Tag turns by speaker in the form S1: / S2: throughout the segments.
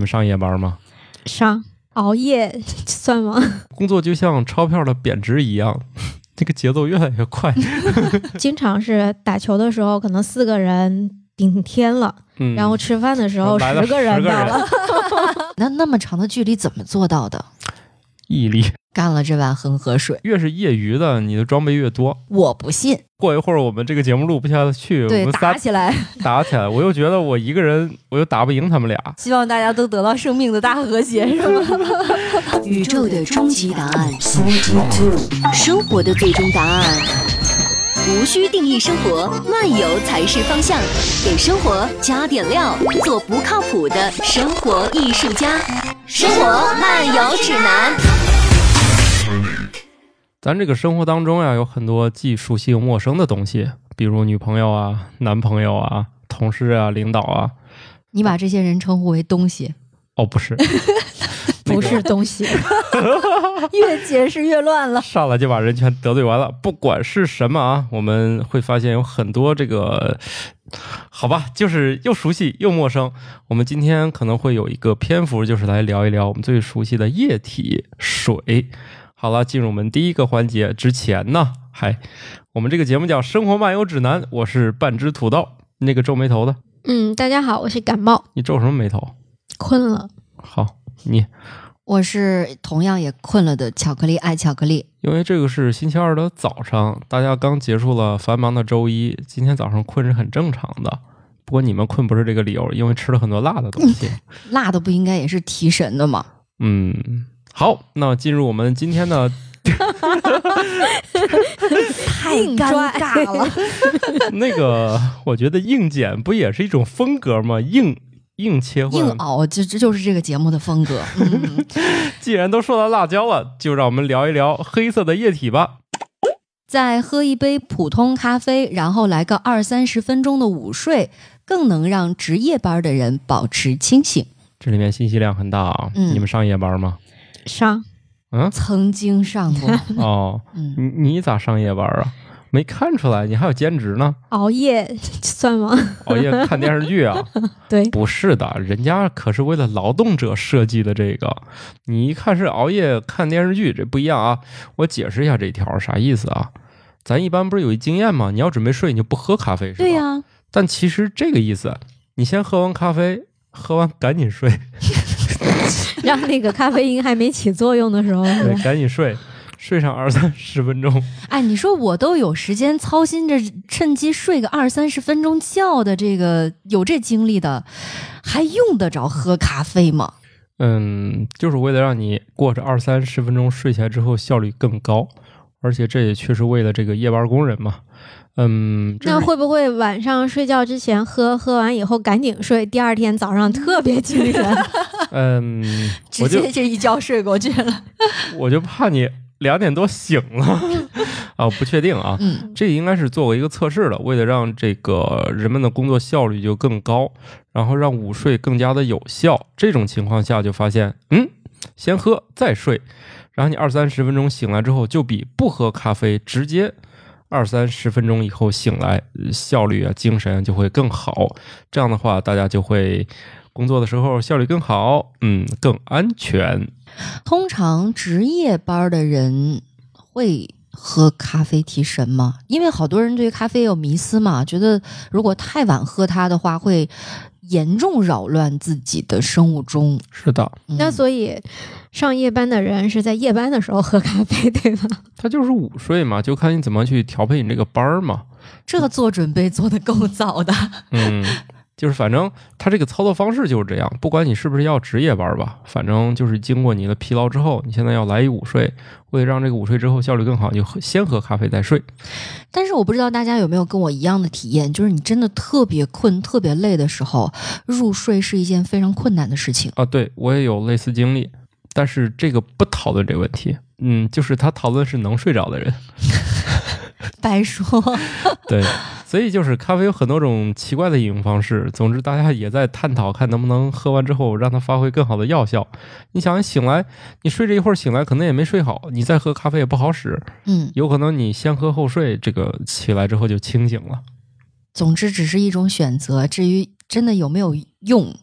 S1: 们上夜班吗？
S2: 上熬夜 算吗？
S1: 工作就像钞票的贬值一样， 这个节奏越来越快。
S2: 经常是打球的时候，可能四个人顶天了，
S1: 嗯，
S2: 然后吃饭的时候
S1: 来了
S2: 十个人
S1: 10个
S2: 到了，
S3: 那那么长的距离怎么做到的？
S1: 毅力
S3: 干了这碗恒河水，
S1: 越是业余的，你的装备越多。
S3: 我不信。
S1: 过一会儿我们这个节目录不下去，我
S3: 对，
S1: 们
S3: 打
S1: 仨
S3: 起来，
S1: 打起来，我又觉得我一个人我又打不赢他们俩。
S3: 希望大家都得到生命的大和谐，是吗？
S4: 宇宙的终极答案，生活的最终答案。无需定义生活，漫游才是方向。给生活加点料，做不靠谱的生活艺术家。生活漫游指南。
S1: 咱这个生活当中呀，有很多既熟悉又陌生的东西，比如女朋友啊、男朋友啊、同事啊、领导啊。
S3: 你把这些人称呼为东西，
S1: 哦，不 是，那
S2: 不
S1: 个
S2: 是东西，越解释越乱了。
S1: 上来就把人全得罪完了。不管是什么啊，我们会发现有很多这个，好吧，就是又熟悉又陌生。我们今天可能会有一个篇幅，就是来聊一聊我们最熟悉的液体水。好了，进入我们第一个环节之前呢，嗨，我们这个节目叫《生活漫游指南》，我是半只土豆，那个皱眉头的，
S2: 嗯，大家好，我是感冒，
S1: 你皱什么眉头？
S2: 困了，
S1: 好，你
S3: 我是同样也困了的巧克力爱巧克力。
S1: 因为这个是星期二的早上，大家刚结束了繁忙的周一，今天早上困是很正常的。不过你们困不是这个理由，因为吃了很多辣的东 西。
S3: 辣的不应该也是提神的吗？
S1: 嗯，好，那进入我们今天的
S3: 太
S2: 硬拽
S3: 尴尬了。
S1: 那个， 我觉得硬减不也是一种风格吗？硬硬切换，
S3: 硬啊熬，这这就是这个节目的风格。嗯，
S1: 既然都说到辣椒了，就让我们聊一聊黑色的液体吧。
S3: 再喝一杯普通咖啡，然后来个二三十分钟的午睡，更能让值夜班的人保持清醒。
S1: 这里面信息量很大啊！
S3: 嗯，
S1: 你们上夜班吗？
S2: 上
S1: 嗯
S3: 曾经上过，
S1: 哦，
S3: 嗯，
S1: 你你咋上夜班啊？没看出来，你还有兼职呢。
S2: 熬夜 算吗？
S1: 熬夜哦看电视剧啊？
S2: 对，
S1: 不是的，人家可是为了劳动者设计的这个。你一看是熬夜看电视剧，这不一样啊。我解释一下这一条啥意思啊？咱一般不是有一经验吗？你要准备睡，你就不喝咖啡，是吧？
S3: 对呀、
S1: 但其实这个意思，你先喝完咖啡，喝完赶紧睡，
S2: 让那个咖啡因还没起作用的时候，是吧
S1: 对，赶紧睡，睡上二三十分钟。
S3: 哎，你说我都有时间操心着趁机睡个二三十分钟觉的，这个有这精力的，还用得着喝咖啡吗？
S1: 嗯，就是为了让你过着二三十分钟睡起来之后效率更高，而且这也确实为了这个夜班工人嘛。嗯，这
S2: 那
S1: 是
S2: 会不会晚上睡觉之前喝，喝完以后赶紧睡，第二天早上特别精神？
S1: 嗯，我就
S3: 这一觉睡过去了。
S1: 我就怕你两点多醒了 啊，我不确定啊。
S3: 嗯，
S1: 这应该是做过一个测试的，为了让这个人们的工作效率就更高，然后让午睡更加的有效。这种情况下就发现，嗯，先喝再睡，然后你二三十分钟醒来之后，就比不喝咖啡直接二三十分钟以后醒来，呃效率啊、精神就会更好。这样的话，大家就会工作的时候效率更好，嗯，更安全。
S3: 通常值夜班的人会。喝咖啡提神吗？因为好多人对咖啡有迷思嘛，觉得如果太晚喝它的话，会严重扰乱自己的生物钟。
S1: 是的，
S3: 嗯
S2: 那所以上夜班的人是在夜班的时候喝咖啡，对吧？
S1: 它就是午睡嘛，就看你怎么去调配你这个班儿嘛。
S3: 这做准备做的够早的。
S1: 嗯，就是反正它这个操作方式就是这样，不管你是不是要值夜班吧，反正就是经过你的疲劳之后，你现在要来一午睡，为了让这个午睡之后效率更好，你就喝先喝咖啡再睡。
S3: 但是我不知道大家有没有跟我一样的体验，就是你真的特别困、特别累的时候，入睡是一件非常困难的事情。
S1: 啊，对我也有类似经历，但是这个不讨论这个问题。嗯，就是他讨论是能睡着的人，
S3: 白说，
S1: 对，所以就是咖啡有很多种奇怪的饮用方式。总之，大家也在探讨看能不能喝完之后让它发挥更好的药效。你想醒来，你睡这一会儿醒来可能也没睡好，你再喝咖啡也不好使，
S3: 嗯，
S1: 有可能你先喝后睡，这个起来之后就清醒了。
S3: 总之，只是一种选择。至于真的有没有用，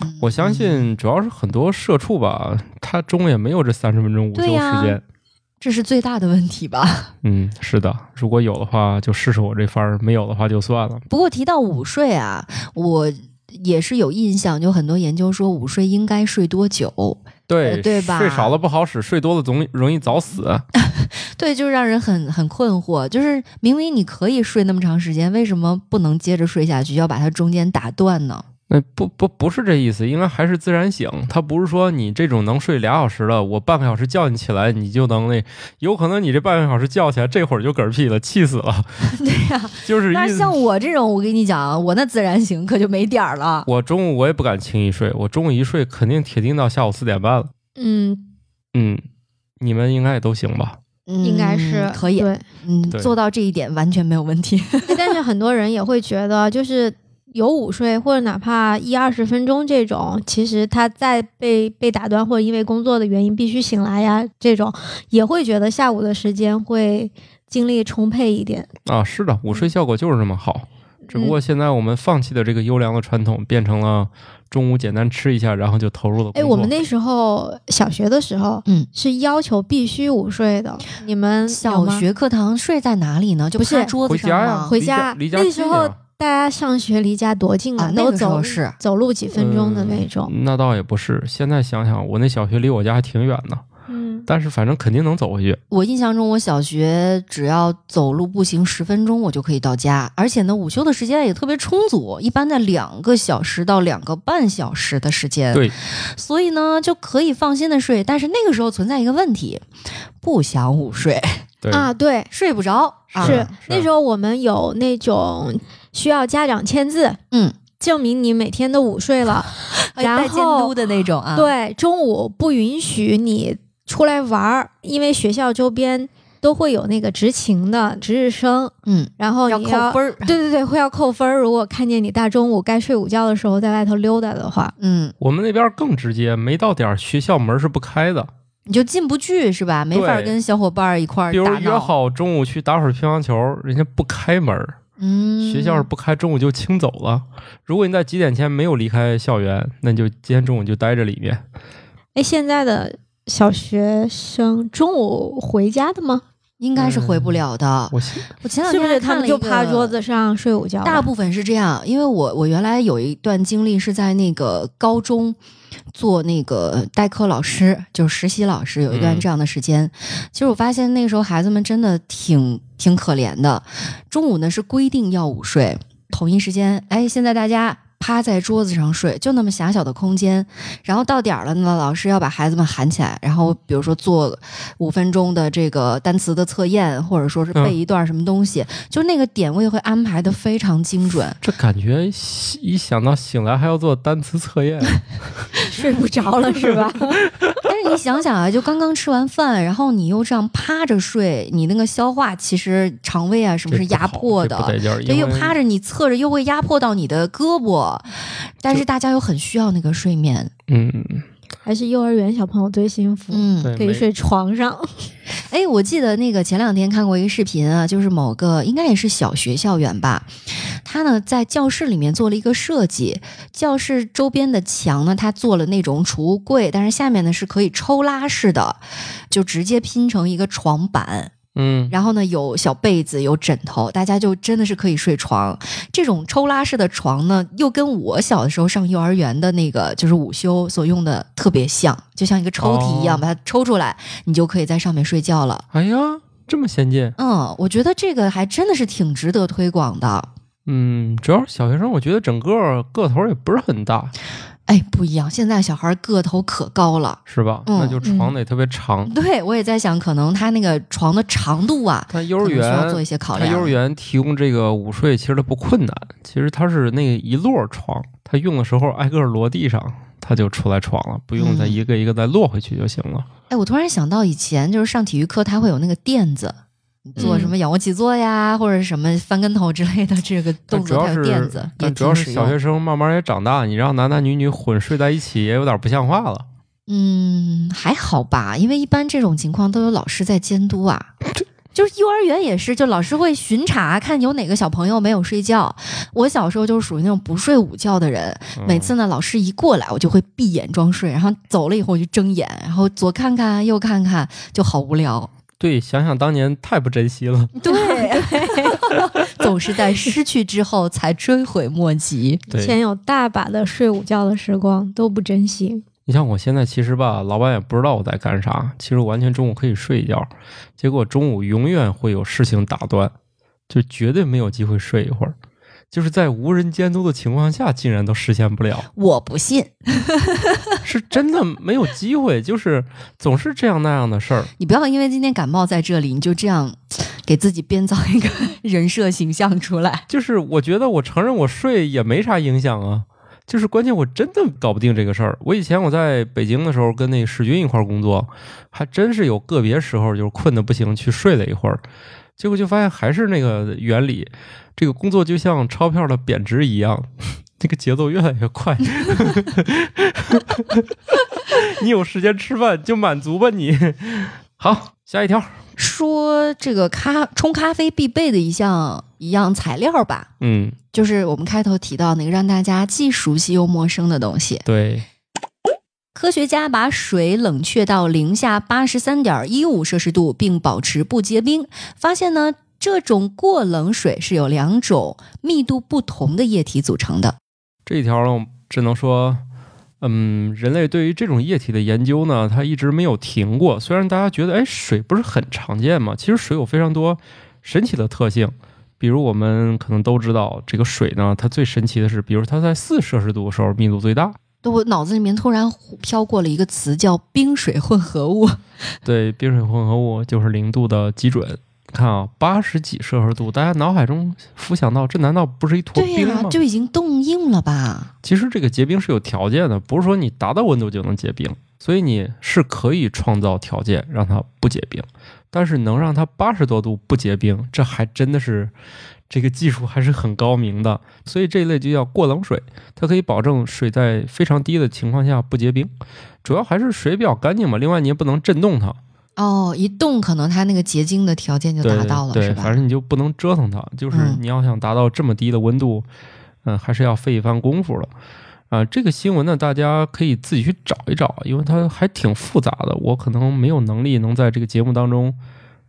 S3: 嗯
S1: 我相信主要是很多社畜吧，他中午也没有这三十分钟午休
S3: 对呀
S1: 时间。
S3: 这是最大的问题吧。
S1: 嗯，是的，如果有的话就试试我这番儿，没有的话就算了。
S3: 不过提到午睡啊，我也是有印象，就很多研究说午睡应该睡多久，
S1: 对
S3: 呃对吧
S1: 睡少了不好使，睡多了总容易早死。
S3: 对，就让人很很困惑。就是明明你可以睡那么长时间，为什么不能接着睡下去，要把它中间打断呢？
S1: 那不不不是这意思，应该还是自然醒。他不是说你这种能睡俩小时的，我半个小时叫你起来，你就能那，有可能你这半个小时叫起来，这会儿就嗝屁了，气死了。
S3: 对呀、
S1: 就是
S3: 那
S1: 意思
S3: 像我这种，我跟你讲，我那自然醒可就没点儿了。
S1: 我中午我也不敢轻易睡，我中午一睡肯定铁定到下午四点半了。
S2: 嗯，
S1: 嗯，你们应该也都行吧？
S2: 应该是、
S3: 嗯可以，
S2: 对，
S3: 嗯，
S1: 对
S3: 做到这一点完全没有问题。
S2: 但是很多人也会觉得，就是有午睡或者哪怕一二十分钟这种，其实他再被被打断或者因为工作的原因必须醒来呀，这种也会觉得下午的时间会精力充沛一点。
S1: 啊，是的，午睡效果就是这么好。只不过
S2: 嗯
S1: 现在我们放弃的这个优良的传统，变成了中午简单吃一下，然后就投入了工作。
S2: 哎，我们那时候小学的时候，
S3: 嗯，
S2: 是要求必须午睡的。你们有
S3: 小
S2: 吗
S3: 学课堂睡在哪里呢？就
S2: 不是
S3: 趴桌子
S1: 回
S3: 上
S1: 家呀、
S3: 吗
S2: 回
S1: 离家
S2: 家
S1: 离家
S2: 那
S1: 近
S2: 时候
S1: 呀
S2: 大家上学离家多近
S3: 啊那
S2: 都
S3: 个时候
S2: 走
S3: 是
S2: 走路几分钟的那种。
S1: 嗯那倒也不是，现在想想，我那小学离我家还挺远的，
S2: 嗯，
S1: 但是反正肯定能走回去。
S3: 我印象中，我小学只要走路步行十分钟，我就可以到家，而且呢，午休的时间也特别充足，一般在两个小时到两个半小时的时间。
S1: 对，
S3: 所以呢，就可以放心的睡。但是那个时候存在一个问题，不想午睡，
S1: 对
S2: 啊，对，
S3: 睡不着。啊
S2: 是
S1: 是
S2: 那时候我们有那种需要家长签字
S3: 嗯，
S2: 证明你每天都午睡了，然后
S3: 哎带监督的那种啊。，
S2: 对，中午不允许你出来玩儿，因为学校周边都会有那个执勤的值日生，
S3: 嗯，
S2: 然后
S3: 要
S2: 你
S3: 扣分儿。
S2: 对对对，会要扣分儿。如果看见你大中午该睡午觉的时候在外头溜达的话，
S3: 嗯，
S1: 我们那边更直接，没到点儿学校门是不开的。
S3: 你就进不去是吧？没法
S1: 对
S3: 跟小伙伴儿一块儿
S1: 比如
S3: 打
S1: 约
S3: 闹。
S1: 好中午去打会儿乒乓球，人家不开门儿，
S3: 嗯，
S1: 学校是不开，中午就清走了。如果你在几点前没有离开校园，那你就今天中午就待着里面。
S2: 哎，现在的小学生中午回家的吗？
S3: 应该是回
S1: 嗯
S3: 不了的。
S1: 我信
S3: 我前两
S2: 是
S3: 天
S2: 不
S3: 还
S2: 是他
S3: 看
S2: 们
S3: 了
S2: 就
S3: 一个
S2: 趴桌子上睡午觉了？
S3: 大部分是这样，因为我我原来有一段经历是在那个高中做那个代课老师，就是实习老师，有一段
S1: 嗯
S3: 这样的时间。其实我发现那时候孩子们真的挺挺可怜的，中午呢是规定要午睡，统一时间。哎，现在大家。趴在桌子上睡，就那么狭小的空间，然后到点儿了呢，老师要把孩子们喊起来，然后比如说做五分钟的这个单词的测验，或者说是
S1: 嗯
S3: 背一段什么东西，就那个点位会安排的非常精准。
S1: 这感觉一一想到醒来还要做单词测验，
S2: 睡不着了是吧？
S3: 但是你想想啊，就刚刚吃完饭，然后你又这样趴着睡，你那个消化其实肠胃啊什么
S1: 这
S3: 是
S1: 不
S3: 压
S1: 好
S3: 迫
S1: 这不
S3: 的
S1: 得。劲儿，
S3: 对，
S1: 因
S3: 又
S1: 为
S3: 趴着，你侧着又会压迫到你的胳膊，但是大家又很需要那个睡眠。
S1: 嗯，
S2: 还是幼儿园小朋友最幸福，
S3: 嗯，
S1: 对，
S2: 可以
S1: 没
S2: 睡床 上。
S3: 哎，我记得那个前两天看过一个视频啊，就是某个应该也是小学校园吧，他呢在教室里面做了一个设计，教室周边的墙呢，他做了那种储物柜，但是下面呢是可以抽拉式的，就直接拼成一个床板，
S1: 嗯，
S3: 然后呢有小被子，有枕头，大家就真的是可以睡床。这种抽拉式的床呢，又跟我小的时候上幼儿园的那个就是午休所用的特别像，就像一个抽屉一样，
S1: 哦
S3: 把它抽出来，你就可以在上面睡觉了。
S1: 哎呀，这么先进，
S3: 嗯，我觉得这个还真的是挺值得推广的。
S1: 嗯，主要是小学生，我觉得整个个头也不是很大，
S3: 哎，不一样，现在小孩个头可高了。
S1: 是吧？
S3: 嗯
S1: 那就床得特别长。
S3: 对，我也在想，可能他那个床的长度啊，
S1: 他幼儿
S3: 可能需要做一
S1: 园，
S3: 些考
S1: 他
S3: 量。
S1: 幼儿园提供这个午睡其实它不困难，其实它是那一摞床，他用的时候挨个摞地上，他就出来床了，不用再
S3: 嗯
S1: 一个一个再摞回去就行了。
S3: 哎，我突然想到以前就是上体育课，他会有那个垫子，做
S1: 嗯
S3: 什么仰卧起坐呀，或者什么翻跟头之类的这个
S1: 但
S3: 动
S1: 主
S3: 作，
S1: 要
S3: 它有
S1: 是
S3: 垫子，也
S1: 但主
S3: 挺
S1: 要是
S3: 实
S1: 小
S3: 用
S1: 学。生慢慢也长大，你让男男女女混睡在一起也有点不像话了。
S3: 嗯，还好吧，因为一般这种情况都有老师在监督啊。就是幼儿园也是，就老师会巡查看有哪个小朋友没有睡觉。我小时候就是属于那种不睡午觉的人，
S1: 嗯
S3: 每次呢老师一过来，我就会闭眼装睡，然后走了以后我就睁眼，然后左看看右看看，就好无聊。
S1: 对，想想当年太不珍惜了。
S3: 对，总是在失去之后才追悔莫及。
S2: 以
S1: 对
S2: 前有大把的睡午觉的时光都不珍惜，
S1: 你像我现在其实吧，老板也不知道我在干啥，其实我完全中午可以睡一觉，结果中午永远会有事情打断，就绝对没有机会睡一会儿。就是在无人监督的情况下，竟然都实现不了，
S3: 我不信，
S1: 是真的没有机会，就是总是这样那样的事儿。
S3: 你不要因为今天感冒在这里，你就这样给自己编造一个 人设形象出来。
S1: 就是我觉得我承认我睡也没啥影响啊，就是关键我真的搞不定这个事儿。我以前我在北京的时候跟那史军一块儿工作，还真是有个别时候就是困得不行去睡了一会儿，结果就发现还是那个原理，这个工作就像钞票的贬值一样。这个节奏越来越快， 你有时间吃饭就满足吧你。好，下一条，
S3: 说这个咖冲咖啡必备的一项一样材料吧，
S1: 嗯，
S3: 就是我们开头提到那个让大家既熟悉又陌生的东西。
S1: 对，
S3: 科学家把水冷却到零下八十三点一五摄氏度，并保持不结冰，发现呢，这种过冷水是由两种密度不同的液体组成的。
S1: 这一条呢，我只能说，嗯，人类对于这种液体的研究呢，它一直没有停过。虽然大家觉得，哎，水不是很常见嘛，其实水有非常多神奇的特性。比如我们可能都知道，这个水呢，它最神奇的是，比如它在四摄氏度的时候密度最大。
S3: 我脑子里面突然飘过了一个词，叫冰水混合物。
S1: 对，冰水混合物就是零度的基准。看啊，八十几摄氏度，大家脑海中浮想到，这难道不是一坨
S3: 对
S1: 冰
S3: 呀、
S1: 吗？
S3: 就已经冻硬了吧？
S1: 其实这个结冰是有条件的，不是说你达到温度就能结冰，所以你是可以创造条件让它不结冰，但是能让它八十多度不结冰，这还真的是这个技术还是很高明的。所以这一类就叫过冷水，它可以保证水在非常低的情况下不结冰，主要还是水比较干净嘛。另外你也不能震动它，
S3: 哦，一冻可能它那个结晶的条件就
S1: 对
S3: 达到了，
S1: 对
S3: 是
S1: 反
S3: 吧？
S1: 正你就不能折腾它，就是
S3: 嗯
S1: 你要想达到这么低的温度，嗯、还是要费一番功夫了。啊、这个新闻呢，大家可以自己去找一找，因为它还挺复杂的，我可能没有能力能在这个节目当中。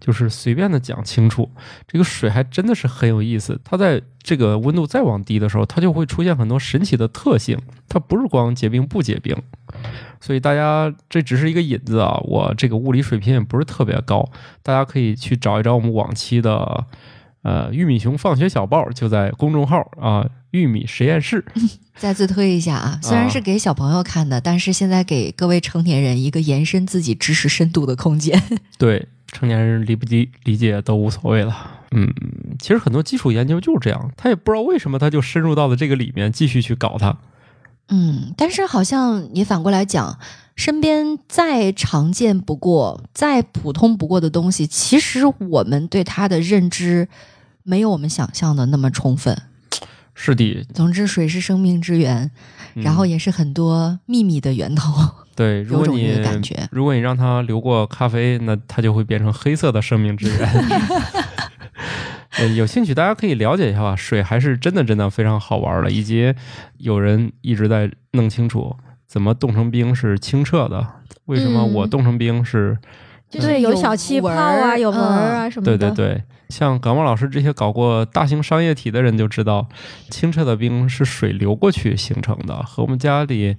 S1: 就是随便的讲清楚，这个水还真的是很有意思。它在这个温度再往低的时候，它就会出现很多神奇的特性。它不是光结冰不结冰，所以大家这只是一个引子啊。我这个物理水平也不是特别高，大家可以去找一找我们往期的呃玉米熊放学小报，就在公众号啊、玉米实验 室。
S3: 再次推一下啊，虽然是给小朋友看的，但是现在给各位成年人一个延伸自己知识深度的空间。
S1: 对，成年人理不理理解都无所谓了。嗯，其实很多基础研究就是这样，他也不知道为什么他就深入到了这个里面，继续去搞它。
S3: 嗯，但是好像也反过来讲，身边再常见不过、再普通不过的东西，其实我们对它的认知没有我们想象的那么充分。
S1: 是的，
S3: 总之，水是生命之源，
S1: 嗯
S3: 然后也是很多秘密的源头。
S1: 对，如
S3: 有
S1: 果
S3: 种这
S1: 你
S3: 个感觉
S1: 如果你让它流过咖啡，那它就会变成黑色的生命之源。呃，有兴趣大家可以了解一下吧，水还是真的真的非常好玩的，以及有人一直在弄清楚怎么冻成冰是清澈的，为什么
S3: 嗯
S1: 我冻成冰是、
S2: 就是有小气泡
S3: 纹
S2: 啊，
S3: 儿
S2: 有纹儿啊什么
S1: 对
S2: 的。
S1: 对对，像感冒老师这些搞过大型商业体的人就知道，清澈的冰是水流过去形成的，和我们家里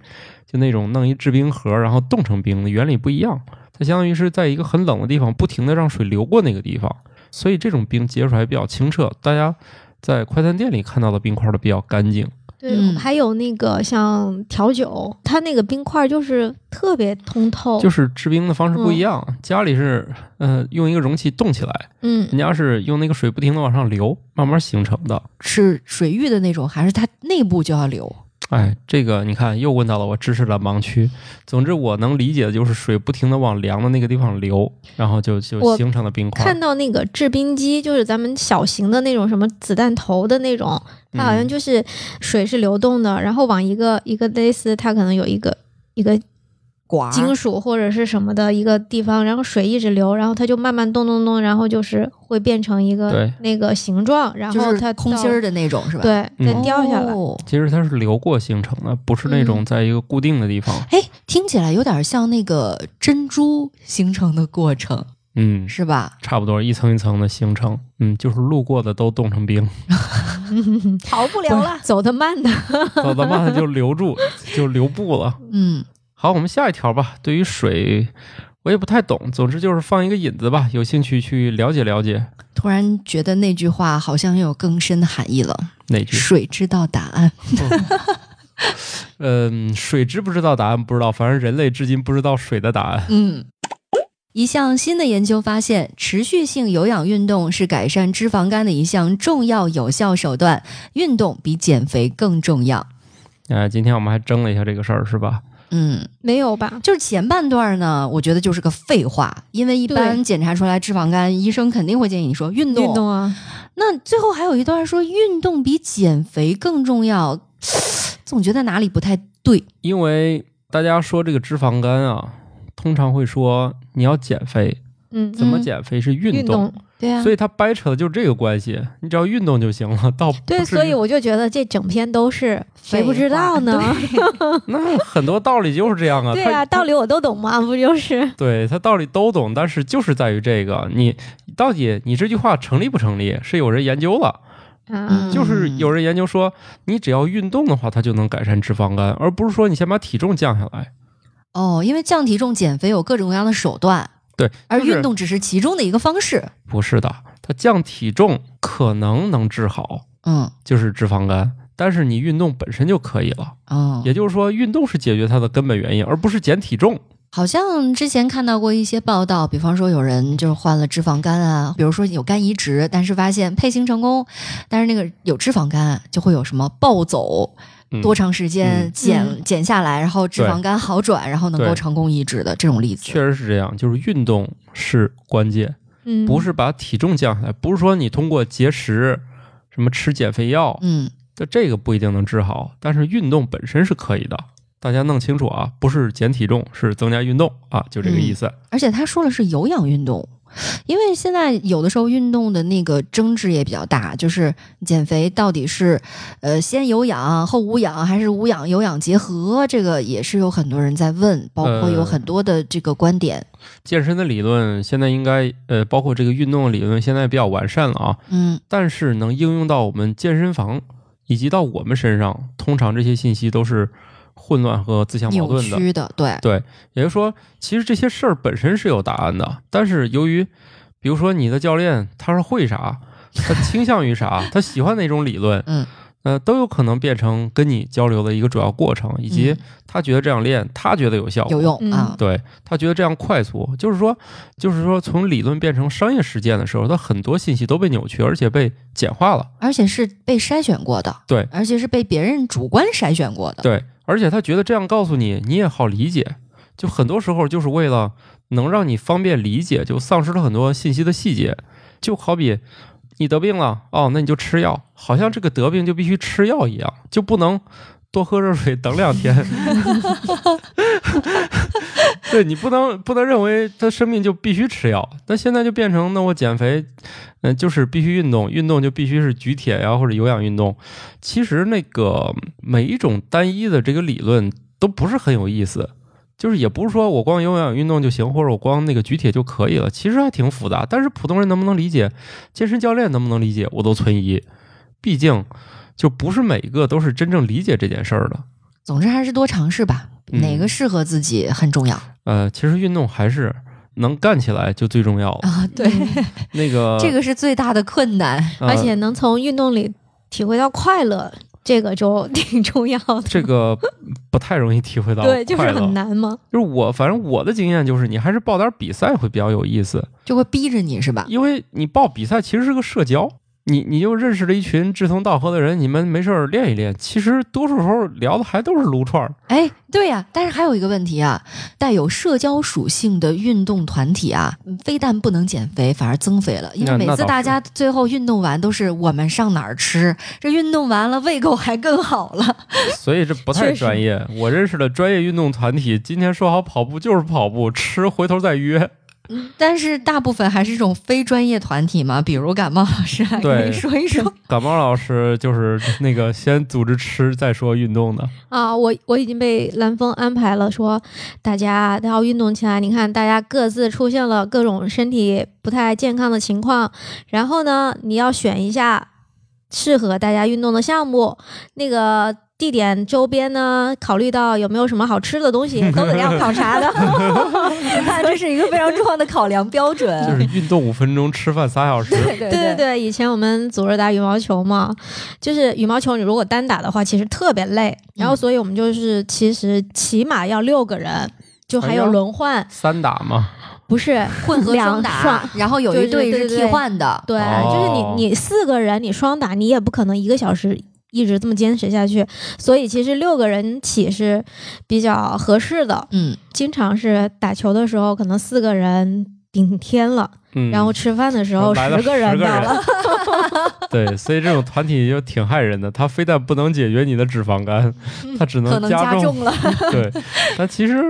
S1: 就那种弄一制冰盒然后冻成冰的原理不一样。它相当于是在一个很冷的地方，不停的让水流过那个地方，所以这种冰结出来比较清澈。大家在快餐店里看到的冰块都比较干净。
S2: 对
S3: 嗯
S2: 还有那个像调酒，它那个冰块就是特别通透，
S1: 就是制冰的方式不一样，家里是呃用一个容器冻起来，
S2: 嗯
S1: 人，家是用那个水不停的往上流，慢慢形成的。
S3: 是水域的那种，还是它内部就要流？
S1: 哎，这个你看又问到了我知识的盲区。总之，我能理解的就是水不停的往凉的那个地方流，然后就就
S2: 我
S1: 形成了冰块。
S2: 看到那个制冰机，就是咱们小型的那种什么子弹头的那种，它好像
S1: 嗯
S2: 就是水是流动的，然后往一个一个类似，它可能有一个一个
S1: 啊
S3: 管儿
S2: 金属或者是什么的一个地方，然后水一直流，然后它就慢慢动动动，然后就是会变成一个
S1: 对
S2: 那个形状，然
S3: 就
S2: 后它
S3: 是空
S2: 到
S3: 心儿的那种是吧？，
S2: 对，
S1: 嗯
S2: 再掉下来。
S3: 哦
S1: 其实它是流过形成的，不是那种
S2: 嗯
S1: 在一个固定的地方。
S3: 哎，听起来有点像那个珍珠形成的过程，
S1: 嗯，
S3: 是吧？
S1: 差不多一层一层的形成。嗯，就是路过的都冻成 冰，
S2: 逃不了了，走得慢的。
S1: 走得慢的就留住， 就留步了。
S3: 嗯，
S1: 好，我们下一条吧。对于水，我也不太懂，总之就是放一个引子吧，有兴趣去了解了解。
S3: 突然觉得那句话好像有更深的含义了。
S1: 哪句？
S3: 水知道答案，
S1: 嗯，水知不知道答案不知道，反正人类至今不知道水的答案。
S3: 嗯。一项新的研究发现，持续性有氧运动是改善脂肪肝的一项重要有效手段，运动比减肥更重要。
S1: 啊、今天我们还争了一下这个事儿，是吧？
S3: 嗯，
S2: 没有吧？
S3: 就是前半段呢，我觉得就是个废话，因为一般
S2: 对
S3: 检查出来脂肪肝，医生肯定会建议你说运动。
S2: 运动啊，
S3: 那最后还有一段说运动比减肥更重要，总觉得哪里不太对。
S1: 因为大家说这个脂肪肝啊，通常会说你要减肥，
S2: 嗯，
S1: 怎么减肥是运
S2: 运动？
S3: 对啊
S1: 所以它掰扯的就是这个关系，你只要运动就行了，倒不
S2: 对，
S1: 至
S2: 所
S1: 于
S2: 以我就觉得这整篇都是谁不知道 呢？
S3: 啊
S1: 那很多道理就是这样啊。
S2: 对
S1: 它
S2: 啊，道理我都懂嘛，不 就是？
S1: 对他道理都懂，但是就是在于这个，你到底你这句话成立不成立，是有人研究了，
S2: 啊，
S1: 嗯就是
S3: 嗯
S1: 有人研究说，你只要运动的话，它就能改善脂肪肝，而不是说你先把体重降下来。
S3: 哦，因为降体重、减肥有各种各样的手段，
S1: 对，
S3: 而
S1: 就是
S3: 哎运动只是其中的一个方式。
S1: 不是的，它降体重可能能治好，
S3: 嗯，
S1: 就是脂肪肝。但是你运动本身就可以了，
S3: 哦，
S1: 也就是说，运动是解决它的根本原因，而不是减体重。
S3: 好像之前看到过一些报道，比方说有人就是患了脂肪肝啊，比如说有肝移植，但是发现配型成功，但是那个有脂肪肝就会有什么暴走
S1: 嗯
S3: 多长时间
S1: 嗯
S3: 减、
S2: 嗯
S3: 减下来，然后脂肪肝好转，然后能够
S1: 对
S3: 成功移植的这种例子。
S1: 确实是这样，就是运动是关键，
S2: 嗯，
S1: 不是把体重降下来，不是说你通过节食、什么吃减肥药，
S3: 嗯，
S1: 这这个不一定能治好，但是运动本身是可以的。大家弄清楚啊，不是减体重，是增加运动啊，就这个意思。
S3: 而且他说的是有氧运动，因为现在有的时候运动的那个争执也比较大，就是减肥到底是呃先有氧后无氧，还是无氧有氧结合？这个也是有很多人在问，包括有很多的这个观点。
S1: 健身的理论现在应该呃，包括这个运动的理论现在比较完善了啊，
S3: 嗯
S1: 但是能应用到我们健身房以及到我们身上，通常这些信息都是混乱和自相矛
S3: 扭
S1: 盾的。
S3: 曲的，对，
S1: 也就是说，其实这些事儿本身是有答案的，但是由于，比如说你的教练他是会啥，他倾向于啥，他喜欢哪种理论，
S3: 嗯，
S1: 呃，都有可能变成跟你交流的一个主要过程，以及
S3: 嗯
S1: 他觉得这样练，他觉得有效果，
S3: 有用、
S2: 嗯
S3: 啊。
S1: 对他觉得这样快速，就是说，就是说从理论变成商业实践的时候，他很多信息都被扭曲，而且被简化了，
S3: 而且是被筛选过的，
S1: 对
S3: 而且是被别人主观筛选过的，
S1: 对，而且他觉得这样告诉你，你也好理解。就很多时候就是为了能让你方便理解，就丧失了很多信息的细节。就好比你得病了，哦，那你就吃药，好像这个得病就必须吃药一样，就不能多喝热水等两天。 对你不能不能认为他生病就必须吃药，那现在就变成那我减肥，嗯、就是必须运动，运动就必须是举铁呀、或者有氧运动。其实那个每一种单一的这个理论都不是很有意思，就是也不是说我光有氧运动就行，或者我光那个举铁就可以了，其实还挺复杂。但是普通人能不能理解，健身教练能不能理解，我都存疑。毕竟就不是每一个都是真正理解这件事儿的。
S3: 总之还是多尝试吧，
S1: 嗯
S3: 哪个适合自己很重要
S1: 呃，其实运动还是能干起来就最重要了。
S3: 啊。对，
S1: 那个
S3: 这个是最大的困难。
S1: 呃
S2: 而且能从运动里体会到快乐，这个就挺重要的。
S1: 这个不太容易体会到快乐，
S2: 对，就是很难嘛。
S1: 就是我，反正我的经验就是，你还是报点比赛会比较有意思，
S3: 就会逼着你是吧？
S1: 因为你报比赛其实是个社交，你你就认识了一群志同道合的人，你们没事儿练一练。其实多数时候聊的还都是撸串儿，
S3: 哎，对呀、但是还有一个问题啊，带有社交属性的运动团体啊，非但不能减肥，反而增肥了。因为
S1: 那
S3: 每
S1: 那
S3: 次
S1: 倒
S3: 大
S1: 是
S3: 家最后运动完都是我们上哪儿吃，这运动完了胃口还更好了。
S1: 所以这不太
S3: 确实
S1: 专业。我认识的专业运动团体，今天说好跑步就是跑步，吃回头再约。
S3: 但是大部分还是这种非专业团体嘛，比如感冒老师来
S1: 对
S3: 跟你说 一说。
S1: 感冒老师就是那个先组织吃，再说运动的。
S2: 啊，我我已经被蓝峰安排了，说大家都要运动起来。你看，大家各自出现了各种身体不太健康的情况，然后呢，你要选一下适合大家运动的项目，那个。地点周边呢，考虑到有没有什么好吃的东西，都得要考察 的。
S3: 你看，这是一个非常重要的考量标准
S1: 就是运动五分钟，吃饭仨小时。
S3: 对
S2: 对对对，以前我们组织打羽毛球嘛，就是羽毛球你如果单打的话，其实特别累。
S1: 嗯
S2: 然后，所以我们就是其实起码要六个人，就还
S1: 哎
S2: 有
S1: 呦
S2: 轮换，
S1: 三打 嘛，
S2: 不是
S3: 混合双
S2: 两
S3: 打
S2: 双，
S3: 然后有
S2: 就
S3: 一
S2: 是
S3: 队
S2: 对对
S3: 是替
S2: 对
S3: 换的。
S2: 对，
S1: 哦
S2: 就是你你四个人你双打，你也不可能一个小时一直这么坚持下去。所以其实六个人起是比较合适的。
S3: 嗯，
S2: 经常是打球的时候，可能四个人顶天了，
S1: 嗯，
S2: 然后吃饭的时
S1: 然
S2: 候
S1: 后来了
S2: 十个
S1: 10
S2: 人到了。
S1: 对，所以这种团体就挺害人的。它非但不能解决你的脂肪肝，它只
S3: 可能加重了。
S1: 对，但其实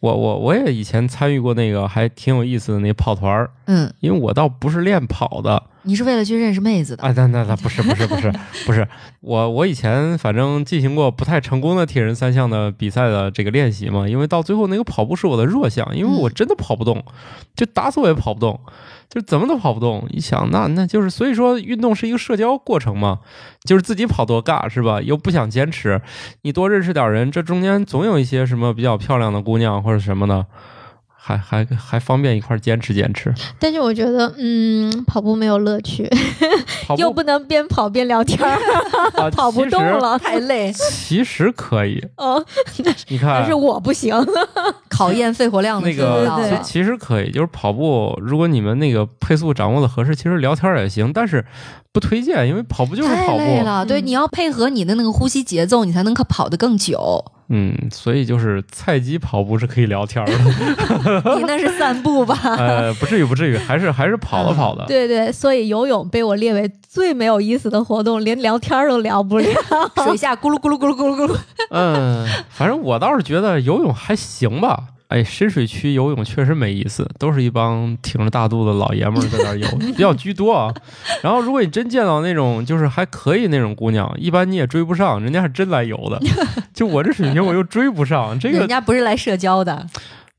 S1: 我我我也以前参与过那个还挺有意思的那跑团儿，
S3: 嗯，
S1: 因为我倒不是练跑的
S3: 你是为了去认识妹子的。
S1: 啊，那那那不是不是不是不是，我我以前反正进行过不太成功的铁人三项的比赛的这个练习嘛，因为到最后那个跑步是我的弱项，因为
S2: 嗯
S1: 我真的跑不动，就打死我也跑不动，就怎么都跑不动。一想那那就是所以说运动是一个社交过程嘛，就是自己跑多尬是吧？又不想坚持，你多认识点人，这中间总有一些什么比较漂亮的姑娘或者什么的，还还还方便一块儿坚持坚持。
S2: 但是我觉得，嗯，跑步没有乐趣，
S1: 跑步
S2: 又不能边跑边聊天儿，
S1: 啊
S2: 跑不动。了。
S3: 太累，
S1: 其实其实可以，
S2: 哦，
S1: 你看
S2: 但是，我不行。
S3: 考验肺活量的
S1: 那
S3: 深
S1: 个
S3: 度
S1: 其
S2: 对对
S3: 了
S2: 对
S1: 其实可以，就是跑步，如果你们那个配速掌握的合适，其实聊天儿也行，但是不推荐，因为跑步就是
S3: 太
S1: 跑
S3: 累
S1: 步，
S3: 了，对，
S2: 嗯
S3: 你要配合你的那个呼吸节奏，你才能可跑得更久。
S1: 嗯，所以就是菜鸡跑步是可以聊天儿的，
S3: 你那是散步 吧？
S1: 呃，不至于不至于，还是还是跑
S3: 嗯
S1: 了跑的，
S2: 对对，所以游泳被我列为最没有意思的活动，连聊天儿都聊不了。
S3: 水下咕噜咕噜咕噜咕噜咕噜，
S1: 嗯，反正我倒是觉得游泳还行吧。哎，深水区游泳确实没意思，都是一帮挺着大肚子老爷们儿在那 儿游，比较居多啊。然后，如果你真见到那种就是还可以那种姑娘，一般你也追不上，人家还真来游 的。就我这水平，我又追不上。这
S3: 人
S1: 个
S3: 家不是来社交的。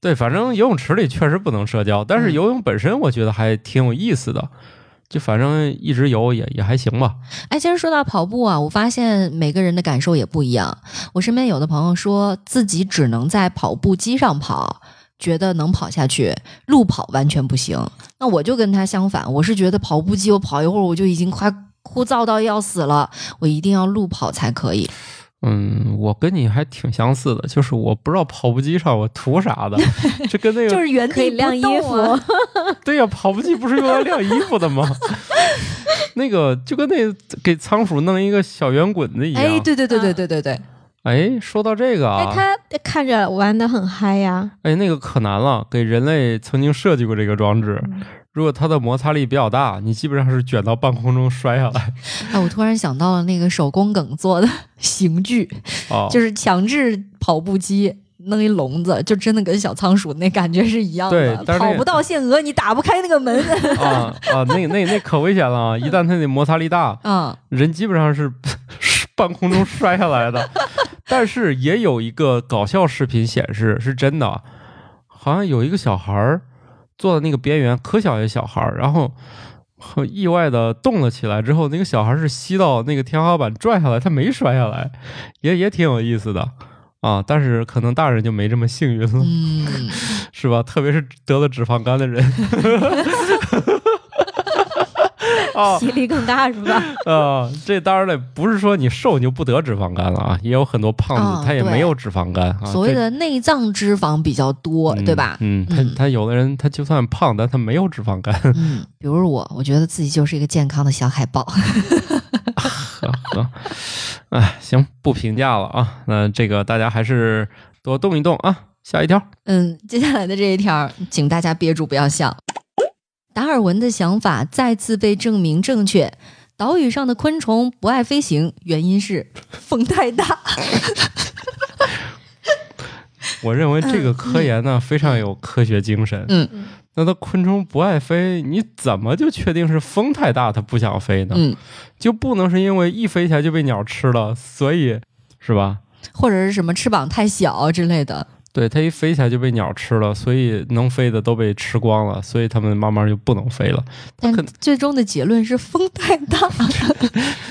S1: 对，反正游泳池里确实不能社交，但是
S3: 嗯
S1: 游泳本身我觉得还挺有意思的。就反正一直游也也还行吧。
S3: 哎，其实说到跑步啊，我发现每个人的感受也不一样。我身边有的朋友说自己只能在跑步机上跑，觉得能跑下去，路跑完全不行。那我就跟他相反，我是觉得跑步机我跑一会儿我就已经快枯燥到要死了，我一定要路跑才可以。
S1: 嗯，我跟你还挺相似的，就是我不知道跑步机上我图啥 的，这跟 那个
S3: 就是原地
S2: 可以晾
S3: 不
S2: 衣
S3: 动
S2: 服，
S3: 啊
S1: 对呀、跑步机不是用来晾衣服的吗？ 那个就跟那给仓鼠弄一个小圆滚子一样。
S3: 哎，对对对对对对对，
S1: 哎说到这个
S2: 哎，
S1: 啊，
S2: 他看着玩的很嗨呀。
S1: 哎，那个可难了，给人类曾经设计过这个装置。
S3: 嗯
S1: 如果它的摩擦力比较大，你基本上是卷到半空中摔下来。
S3: 哎，我突然想到了那个手工梗做的 刑具，
S1: 哦，
S3: 就是强制跑步机。弄一笼子，就真的跟小仓鼠那感觉是一样
S1: 对
S3: 的，
S1: 但是那
S3: 跑不到限额，你打不开那个 门。
S1: 啊啊，那那那可危险了啊！一旦它那摩擦力大，
S3: 啊、
S1: 人基本上是 是半空中摔下来的。但是也有一个搞笑视频显示是真的，啊好像有一个小孩儿坐在那个边缘，可小一个小孩儿，然后很意外的动了起来。之后那个小孩儿是吸到那个天花板拽下来，他没摔下来，也也挺有意思的。啊，但是可能大人就没这么幸运了，
S3: 嗯，
S1: 是吧？特别是得了脂肪肝的人， 啊
S2: 吸力更大是吧？
S1: 啊！这当然了，不是说你瘦你就不得脂肪肝了啊，也有很多胖子、
S3: 啊
S1: 他也
S3: 对
S1: 没有脂肪肝啊。
S3: 所谓
S1: 这
S3: 的内脏脂肪比较多，
S1: 嗯
S3: 对吧？
S1: 嗯，他
S3: 嗯
S1: 他有的人他就算胖，但他没有脂肪肝。
S3: 嗯，比如我，我觉得自己就是一个健康的小海豹。
S1: 呵呵，啊 哎，行，不评价了啊。那这个大家还是多动一动啊。下一条，
S3: 嗯，接下来的这一条，请大家憋住，不要笑。达尔文的想法再次被证明正确。岛屿上的昆虫不爱飞行，原因是风太大。
S1: 我认为这个科研呢、非常有科学精神。
S3: 嗯
S2: 嗯
S1: 那它昆虫不爱飞，你怎么就确定是风太大它不想飞呢？
S3: 嗯，
S1: 就不能是因为一飞起来就被鸟吃了，所以是吧？
S3: 或者是什么翅膀太小之类的。
S1: 对，它一飞起来就被鸟吃了，所以能飞的都被吃光了，所以它们慢慢就不能飞了。它
S3: 但
S1: 可
S3: 最终的结论是风太大。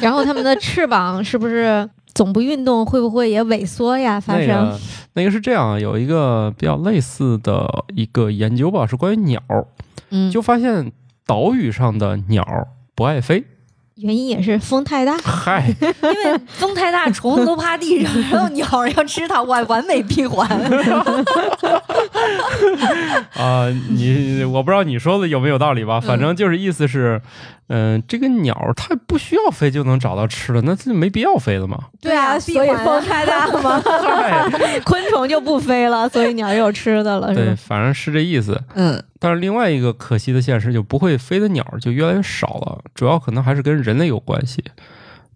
S2: 然后它们的翅膀是不是总不运动，会不会也萎缩呀？发
S1: 那
S2: 生、
S1: 个那个是这样，有一个比较类似的一个研究吧，是关于鸟，
S3: 嗯，
S1: 就发现岛屿上的鸟不爱飞。
S2: 原因也是风太大。
S1: 嗨，
S3: 因为风太大，虫子都趴地上，然后鸟儿要吃它，完完美闭环。
S1: 啊、你我不知道你说的有没有道理吧？反正就是意思是，嗯、这个鸟它不需要飞就能找到吃的，那就没必要飞了 嘛。
S2: 对啊，
S3: 闭
S2: 所以
S3: 环啊
S2: 风太大嘛，
S1: 嗨，
S2: 昆虫就不飞了，所以鸟又有吃的了，是
S1: 对，
S2: 吧？
S1: 反正是这意思。
S3: 嗯
S1: 但是另外一个可惜的现实，就不会飞的鸟就越来越少了，主要可能还是跟人类有关系，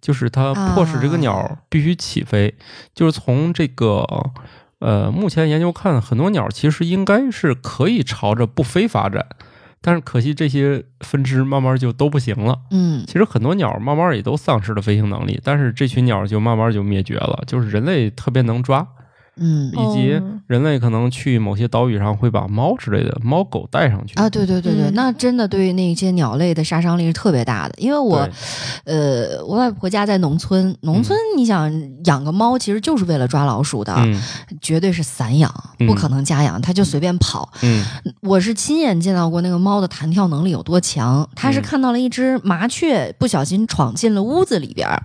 S1: 就是它迫使
S3: 啊
S1: 这个鸟必须起飞，就是从这个呃，目前研究看，很多鸟其实应该是可以朝着不飞发展，但是可惜这些分支慢慢就都不行了。
S3: 嗯
S1: 其实很多鸟慢慢也都丧失了飞行能力，但是这群鸟就慢慢就灭绝了，就是人类特别能抓，
S3: 嗯
S1: 以及
S2: 哦
S1: 人类可能去某些岛屿上会把猫之类的猫狗带上去
S3: 啊，对对对对，
S2: 嗯
S3: 那真的对于那些鸟类的杀伤力是特别大的，因为我
S1: 对
S3: 呃，我外婆家在农村，农村你想养个猫，其实就是为了抓老鼠的，
S1: 嗯
S3: 绝对是散养，
S1: 嗯
S3: 不可能家养，它就随便跑。
S1: 嗯
S3: 我是亲眼见到过那个猫的弹跳能力有多强，它是
S1: 嗯
S3: 看到了一只麻雀不小心闯进了屋子里边儿，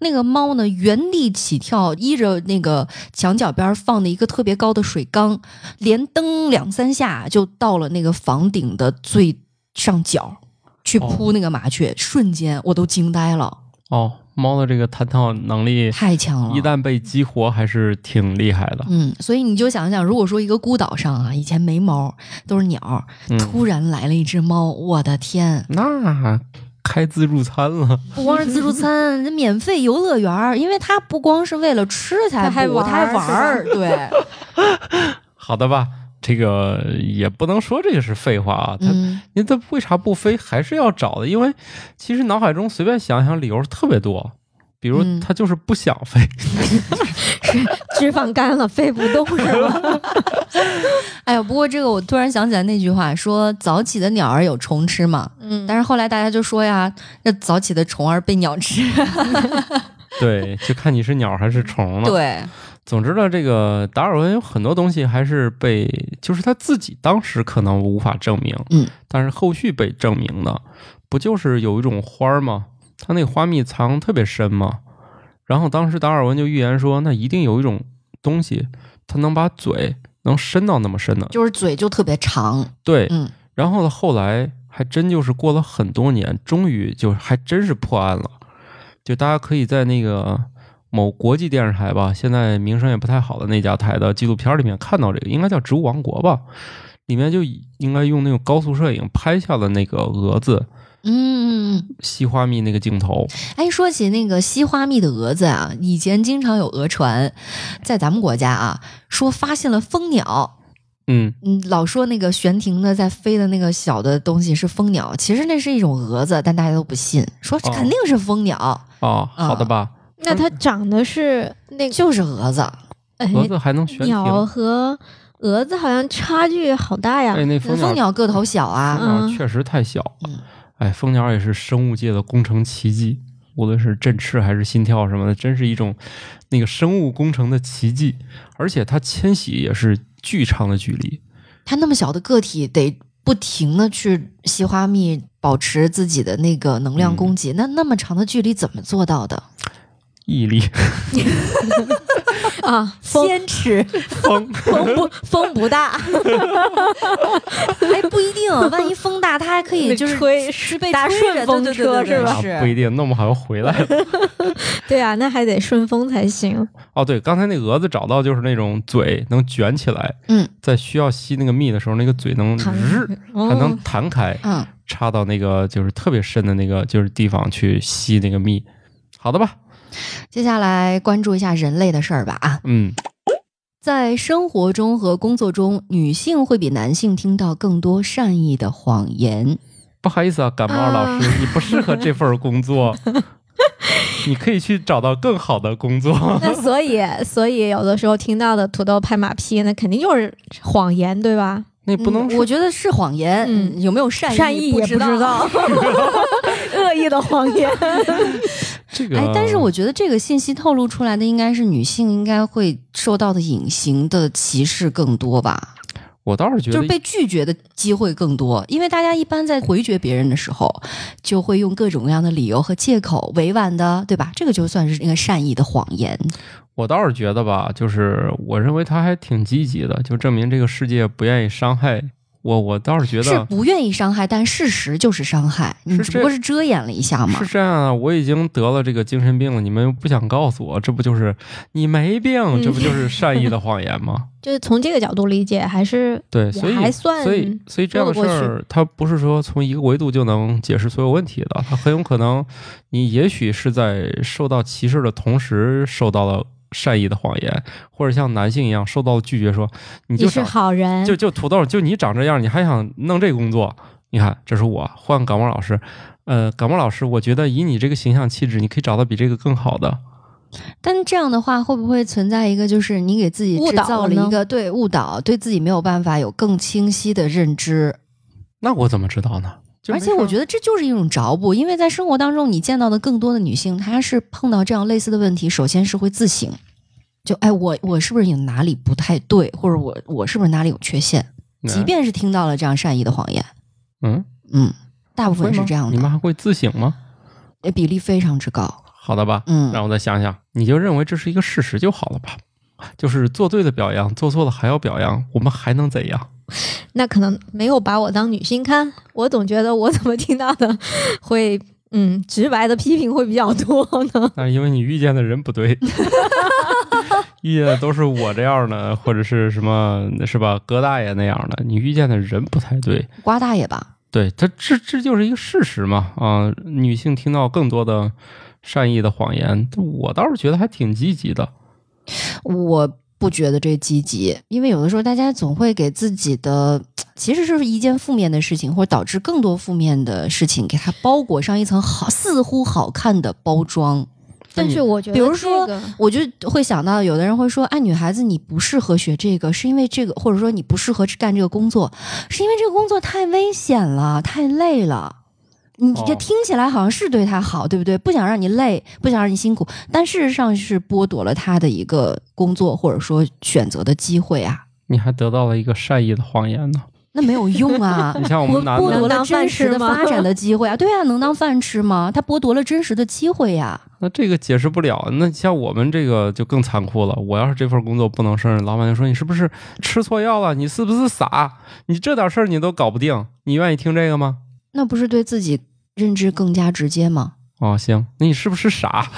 S3: 那个猫呢原地起跳，依着那个墙角边儿放的一个特别高的水缸，连蹬两三下就到了那个房顶的最上角去扑那个麻雀，瞬间我都惊呆了，
S1: 哦，猫的这个弹跳能力
S3: 太强了，
S1: 一旦被激活还是挺厉害的。
S3: 嗯，所以你就想想，如果说一个孤岛上啊，以前没猫，都是鸟，
S1: 嗯
S3: 突然来了一只猫，我的天！
S1: 那开自助餐了，
S3: 不光是自助餐， 这免费游乐园儿，因为它不光是为了吃才
S2: 它还
S3: 补
S2: 玩儿
S3: 它还玩儿， 对，嗯
S1: 好的吧？这个也不能说这个是废话啊，它
S3: 嗯
S1: 你它为啥不飞还是要找的？因为其实脑海中随便想想理由特别多，比如
S3: 嗯
S1: 它就是不想飞，
S2: 脂肪肝了，飞不动是吧？
S3: 哎呦，不过这个我突然想起来那句话，说早起的鸟儿有虫吃嘛，
S2: 嗯，
S3: 但是后来大家就说呀，那早起的虫儿被鸟 吃，
S1: 对，就看你是鸟还是虫了。
S3: 对，
S1: 总之呢，这个达尔文有很多东西还是被，就是他自己当时可能无法证明，
S3: 嗯，
S1: 但是后续被证明的，不就是有一种花儿吗？它那个花蜜藏特别深嘛，然后当时达尔文就预言说，那一定有一种东西，它能把嘴能伸到那么深的，
S3: 就是嘴就特别长，
S1: 对。
S3: 嗯
S1: 然后呢，后来还真就是过了很多年，终于就还真是破案了。就大家可以在那个某国际电视台吧，现在名声也不太好的那家台的纪录片里面看到这个，应该叫《植物王国》吧，里面就应该用那种高速摄影拍下了那个蛾子
S3: 嗯。嗯嗯
S1: 吸花蜜那个镜头。
S3: 哎，说起那个西花蜜的蛾子啊，以前经常有讹传，在咱们国家啊，说发现了蜂鸟，
S1: 嗯，
S3: 嗯，老说那个悬停的在飞的那个小的东西是蜂鸟，其实那是一种蛾子，但大家都不信，说这
S1: 哦
S3: 肯定是蜂鸟，
S1: 哦，
S2: 啊
S1: 好的吧，
S2: 那它长得是那个
S3: 就是蛾子。
S2: 哎
S1: 蛾子还能悬
S2: 鸟
S1: 停。
S2: 和蛾子好像差距好大呀。
S1: 哎，那蜂鸟
S3: 蜂鸟个头小啊，
S1: 啊，确实太小。
S3: 嗯
S1: 哎，蜂鸟也是生物界的工程奇迹，无论是振翅还是心跳什么的，真是一种那个生物工程的奇迹。而且它迁徙也是巨长的距离，
S3: 它那么小的个体得不停的去吸花蜜，保持自己的那个能
S1: 嗯
S3: 量供给，那那么长的距离怎么做到的？
S1: 毅 力
S2: 啊，风
S3: 坚持
S1: 风
S2: 风不风不 大，哎
S3: 还不一定，万一风大，它还可 以就是
S2: 吹
S3: 是被
S2: 搭
S3: 吹
S2: 顺
S3: 着
S2: 风
S3: 对对
S2: 车
S3: 对对
S2: 是吧
S1: 啊
S3: 对
S1: 不一定，弄不好又回来了。
S2: 对啊，那还得顺风才行。
S1: 哦，对，刚才那蛾子找到就是那种嘴能卷起来，
S3: 嗯
S1: 在需要吸那个蜜的时候，那个嘴能
S2: 弹
S1: 日
S2: 哦
S1: 还嗯能弹开，
S3: 嗯，
S1: 插到那个就是特别深的那个就是地方去吸那个蜜。好的吧，
S3: 接下来关注一下人类的事儿吧啊。
S1: 嗯，
S3: 在生活中和工作中，女性会比男性听到更多善意的谎言。
S1: 不好意思啊，感冒老师，你不适合这份工 作，你可以去找到更好的工 作。
S2: 那所以，所以有的时候听到的土豆拍马屁，那肯定就是谎言，对吧？
S1: 那不能
S3: 嗯
S1: 说
S3: 我觉得是谎言。
S2: 嗯
S3: 嗯，有没有善意？
S2: 善意也
S3: 不知道。
S2: 道， 恶意的谎言。
S1: 这个，
S3: 哎，但是我觉得这个信息透露出来的应该是女性应该会受到的隐形的歧视更多吧，
S1: 我倒是觉
S3: 就是
S1: 得
S3: 被拒绝的机会更多，因为大家一般在回绝别人的时候，就会用各种各样的理由和借口，委婉的，对吧？这个就算是一个善意的谎言。
S1: 我倒是觉得吧，就是我认为他还挺积极的，就证明这个世界不愿意伤害我。我倒是觉
S3: 是
S1: 得
S3: 不愿意伤害，但事实就是伤害，你
S1: 是
S3: 只
S1: 这
S3: 不过是遮掩了一下嘛
S1: 是。这样啊，我已经得了这个精神病了，你们又不想告诉我，这不就是你没病？这不就是善意的谎言吗？
S2: 就是从这个角度理解，还是
S1: 对，
S2: 也
S1: 所以
S2: 还算
S1: 所以所以这样的事
S2: 说得过
S1: 儿，它不是说从一个维度就能解释所有问题的，它很有可能你也许是在受到歧视的同时受到了善意的谎言，或者像男性一样受到了拒绝说，你
S2: 你
S1: 就是长
S2: 好人，
S1: 就就土豆，就你长这样，你还想弄这工作？你看，这是我换感冒老师，呃，感冒老师，我觉得以你这个形象气质，你可以找到比这个更好的。
S3: 但这样的话，会不会存在一个就是你给自己
S2: 误
S3: 制
S2: 导
S3: 造
S2: 了
S3: 了
S2: 呢
S3: 一个对误导，对自己没有办法有更清晰的认知？
S1: 那我怎么知道呢？就
S3: 而且我觉得这就是一种找补，因为在生活当中，你见到的更多的女性，她是碰到这样类似的问题，首先是会自省，就哎，我我是不是有哪里不太对，或者我我是不是哪里有缺陷？
S1: 得
S3: 即便是听到了这样善意的谎言，
S1: 啊嗯，
S3: 嗯，大部分
S1: 会
S3: 是
S1: 吗
S3: 这样
S1: 你们
S3: 的，
S1: 还会自省吗？
S3: 呃比例非常之高。
S1: 好的吧，
S3: 嗯
S1: 让我再想想，你就认为这是一个事实就好了吧？就是做对了表扬，做错了还要表扬，我们还能怎样？
S2: 那可能没有把我当女性看。我总觉得我怎么听到的 会，嗯，直白的批评会比较多 呢？
S1: 那是因为你遇见的人不对， 遇见的都是我这样的，或者是什么是吧？葛大爷那样的，你遇见的人不太对。
S3: 瓜大爷吧，
S1: 对，它这这就是一个事实嘛啊、女性听到更多的善意的谎言，我倒是觉得还挺积极的。
S3: 我不觉得这积极，因为有的时候大家总会给自己的其实就是一件负面的事情，或者导致更多负面的事情，给它包裹上一层好似乎好看的包装。
S2: 但是我觉得、
S3: 比如说我就会想到，有的人会说，哎，女孩子你不适合学这个，是因为这个，或者说你不适合干这个工作，是因为这个工作太危险了，太累了。你
S1: 哦
S3: 这听起来好像是对她好，对不对？不想让你累，不想让你辛苦，但事实上是剥夺了她的一个工作或者说选择的机会啊，
S1: 你还得到了一个善意的谎言呢。
S3: 那没有用啊
S1: 你。 像我们男的，
S3: 剥夺
S2: 能
S3: 了
S2: 当饭
S3: 真实
S2: 吃
S3: 的
S2: 吗
S3: 发 展的机会啊，对啊，能当饭吃吗？她剥夺了真实的机会呀、
S1: 那这个解释不了。那像我们这个就更残酷了。我要是这份工作不能胜任，老板就说你是不是吃错药了？你是不是傻？你这点事儿你都搞不定，你愿意听这个吗？
S3: 那不是对自己认知更加直接吗？
S1: 哦，行，那你是不是傻？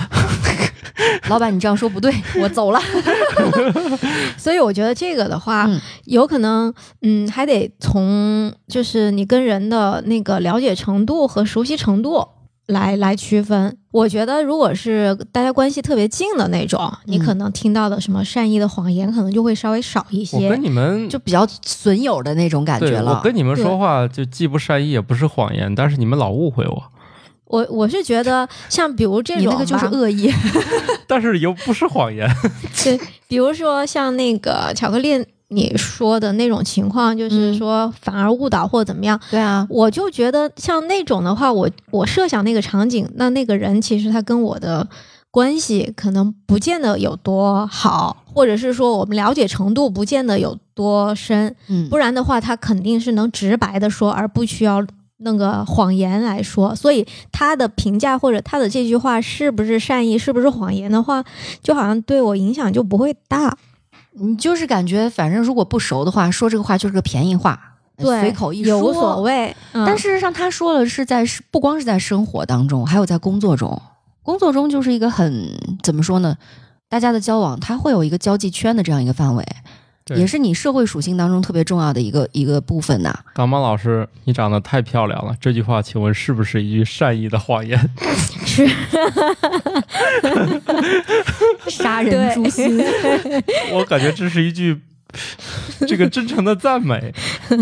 S3: 老板，你这样说不对，我走了。
S2: 所以我觉得这个的话，
S3: 嗯
S2: 有可能，嗯，还得从就是你跟人的那个了解程度和熟悉程度来来区分。我觉得，如果是大家关系特别近的那种，你可能听到的什么善意的谎言，可能就会稍微少一
S1: 我
S2: 些
S1: 跟。你们
S3: 就比较损友的那种感
S1: 对
S3: 觉
S1: 我
S3: 了。
S1: 跟你们说
S2: 对
S1: 话就既不善意也不是谎言，但是你们老误会我，
S2: 我我是觉得，像比如这
S3: 你
S2: 种
S3: 那个就是
S2: 吧
S3: 恶意，
S1: 但是又不是谎言。
S2: 对，比如说像那个巧克力你说的那种情况，就是
S3: 嗯
S2: 说反而误导或怎么样。
S3: 对啊，
S2: 我就觉得像那种的话，我我设想那个场景，那那个人其实他跟我的关系可能不见得有多好，或者是说我们了解程度不见得有多深，
S3: 嗯，
S2: 不然的话，他肯定是能直白的说，而不需要弄个谎言来说。所以他的评价或者他的这句话是不是善意，是不是谎言的话，就好像对我影响就不会大。
S3: 你就是感觉，反正如果不熟的话，说这个话就是个便宜话，
S2: 对，
S3: 随口一
S2: 也
S3: 说
S2: 无所。谓。嗯
S3: 但事实上，他说了是在不光是在生活当中，还有在工作中。工作中就是一个很怎么说呢？大家的交往，它会有一个交际圈的这样一个范围，
S1: 对
S3: 也是你社会属性当中特别重要的一个一个部分呐、
S1: 感冒老师，你长得太漂亮了，这句话请问是不是一句善意的谎言？
S2: 是
S3: 杀
S2: 对
S3: 人诛心，
S1: 我感觉这是一句 这个真诚的赞美，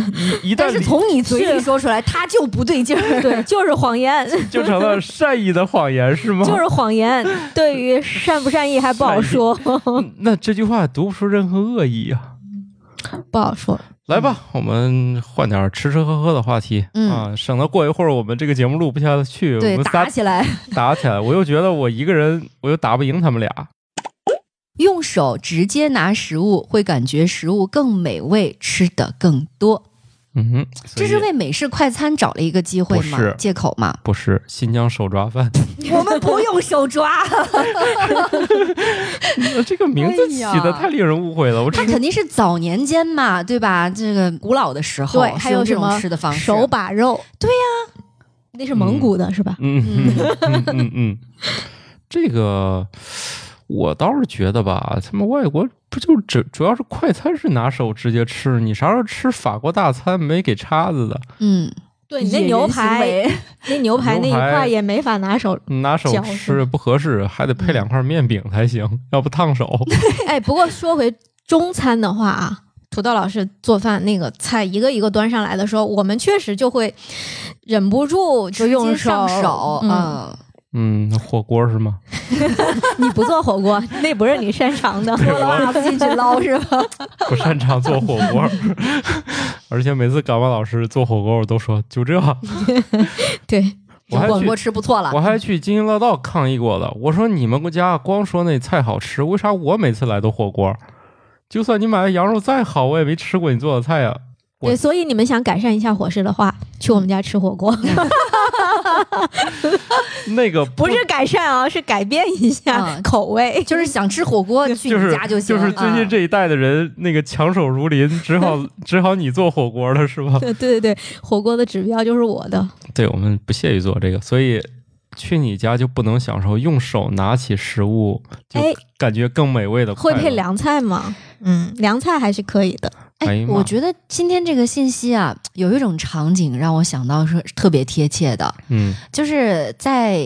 S1: 一一旦
S3: 但是从你嘴里
S2: 是
S3: 说出来，他就不对劲儿。
S2: 对，就是谎 言，
S1: 理就成了善意的谎言是吗？
S2: 就是谎言。对于善不善意还不好 说，
S1: 嗯那这句话读不出任何恶意啊。
S2: 不好说。
S1: 来吧，我们换点吃吃喝喝的话题、
S3: 嗯
S1: 啊，省得过一会儿我们这个节目录不下去，我
S3: 对，
S1: 们仨
S3: 打起来，
S1: 打起来。我又觉得我一个人我又打不赢他们俩，
S3: 用手直接拿食物，会感觉食物更美味，吃的更多。
S1: 嗯哼，所
S3: 这
S1: 以
S3: 是为美式快餐找了一个机会
S1: 不
S3: 嘛
S1: 是，
S3: 借 口嘛。
S1: 不是新疆手抓饭，
S3: 我们不用手抓，
S1: 那 这个名字起
S3: 哎呀
S1: 的太令人误会了。我只
S3: 它肯定是早年间嘛，对吧？这个古老的时候，
S2: 对，还有
S3: 是
S2: 什
S3: 用这
S2: 么
S3: 种吃的方式？
S2: 手把肉？
S3: 对
S2: 呀、那是蒙古的是吧？
S1: 嗯嗯嗯嗯， 这个我倒是觉得吧，他们外国不就主主要是快餐是拿手直接吃，你啥时候吃法国大餐没给叉子的？
S3: 嗯，
S2: 对你那牛排，那牛排那一
S1: 牛排
S2: 块也没法拿手。
S1: 拿手
S2: 嚼
S1: 吃不合适，还得配两块面饼才行， 要不烫手。
S2: 哎，不过说回中餐的话啊，土豆老师做饭那个菜一个一个端上来的时候，我们确实就会忍不住就
S3: 直
S2: 用
S3: 接上手，
S2: 嗯，
S3: 嗯，
S1: 嗯，火锅是吗？
S2: 你不做火锅，那不是你擅长的。
S1: 对我
S3: 子进去捞是吧？
S1: 不擅长做火锅， 而且每次感冒老师做火锅，我都说就这。
S2: 对，
S1: 我还
S3: 火锅
S1: 去，
S3: 吃不错了
S1: 我，还去津津乐道抗议过的。我说你们家光说那菜好吃，为啥我每次来都火锅？就算你买的羊肉再好，我也没吃过你做的菜啊呀、我
S2: 对，所以你们想改善一下伙食的话，去我们家吃火锅，
S1: 那个
S2: 不是改善啊，是改变一下
S3: 嗯
S2: 口味。
S3: 就是想吃火锅去
S1: 就
S3: 你
S1: 是
S3: 家行。
S1: 就是最近
S3: 嗯
S1: 这一代的人，那个强手如林，只 好只好你做火锅了是吧？
S2: 对对对，火锅的指标就是我的。
S1: 对我们不屑于做这个，所以去你家就不能享受用手拿起食物就
S2: 哎
S1: 感觉更美味的快
S2: 会
S1: 乐。
S2: 配凉菜吗？嗯，凉菜还是可以的。
S1: 哎呀
S3: 哎，
S1: 妈
S3: 我觉得今天这个信息啊，有一种场景让我想到是特别贴切的，
S1: 嗯，
S3: 就是在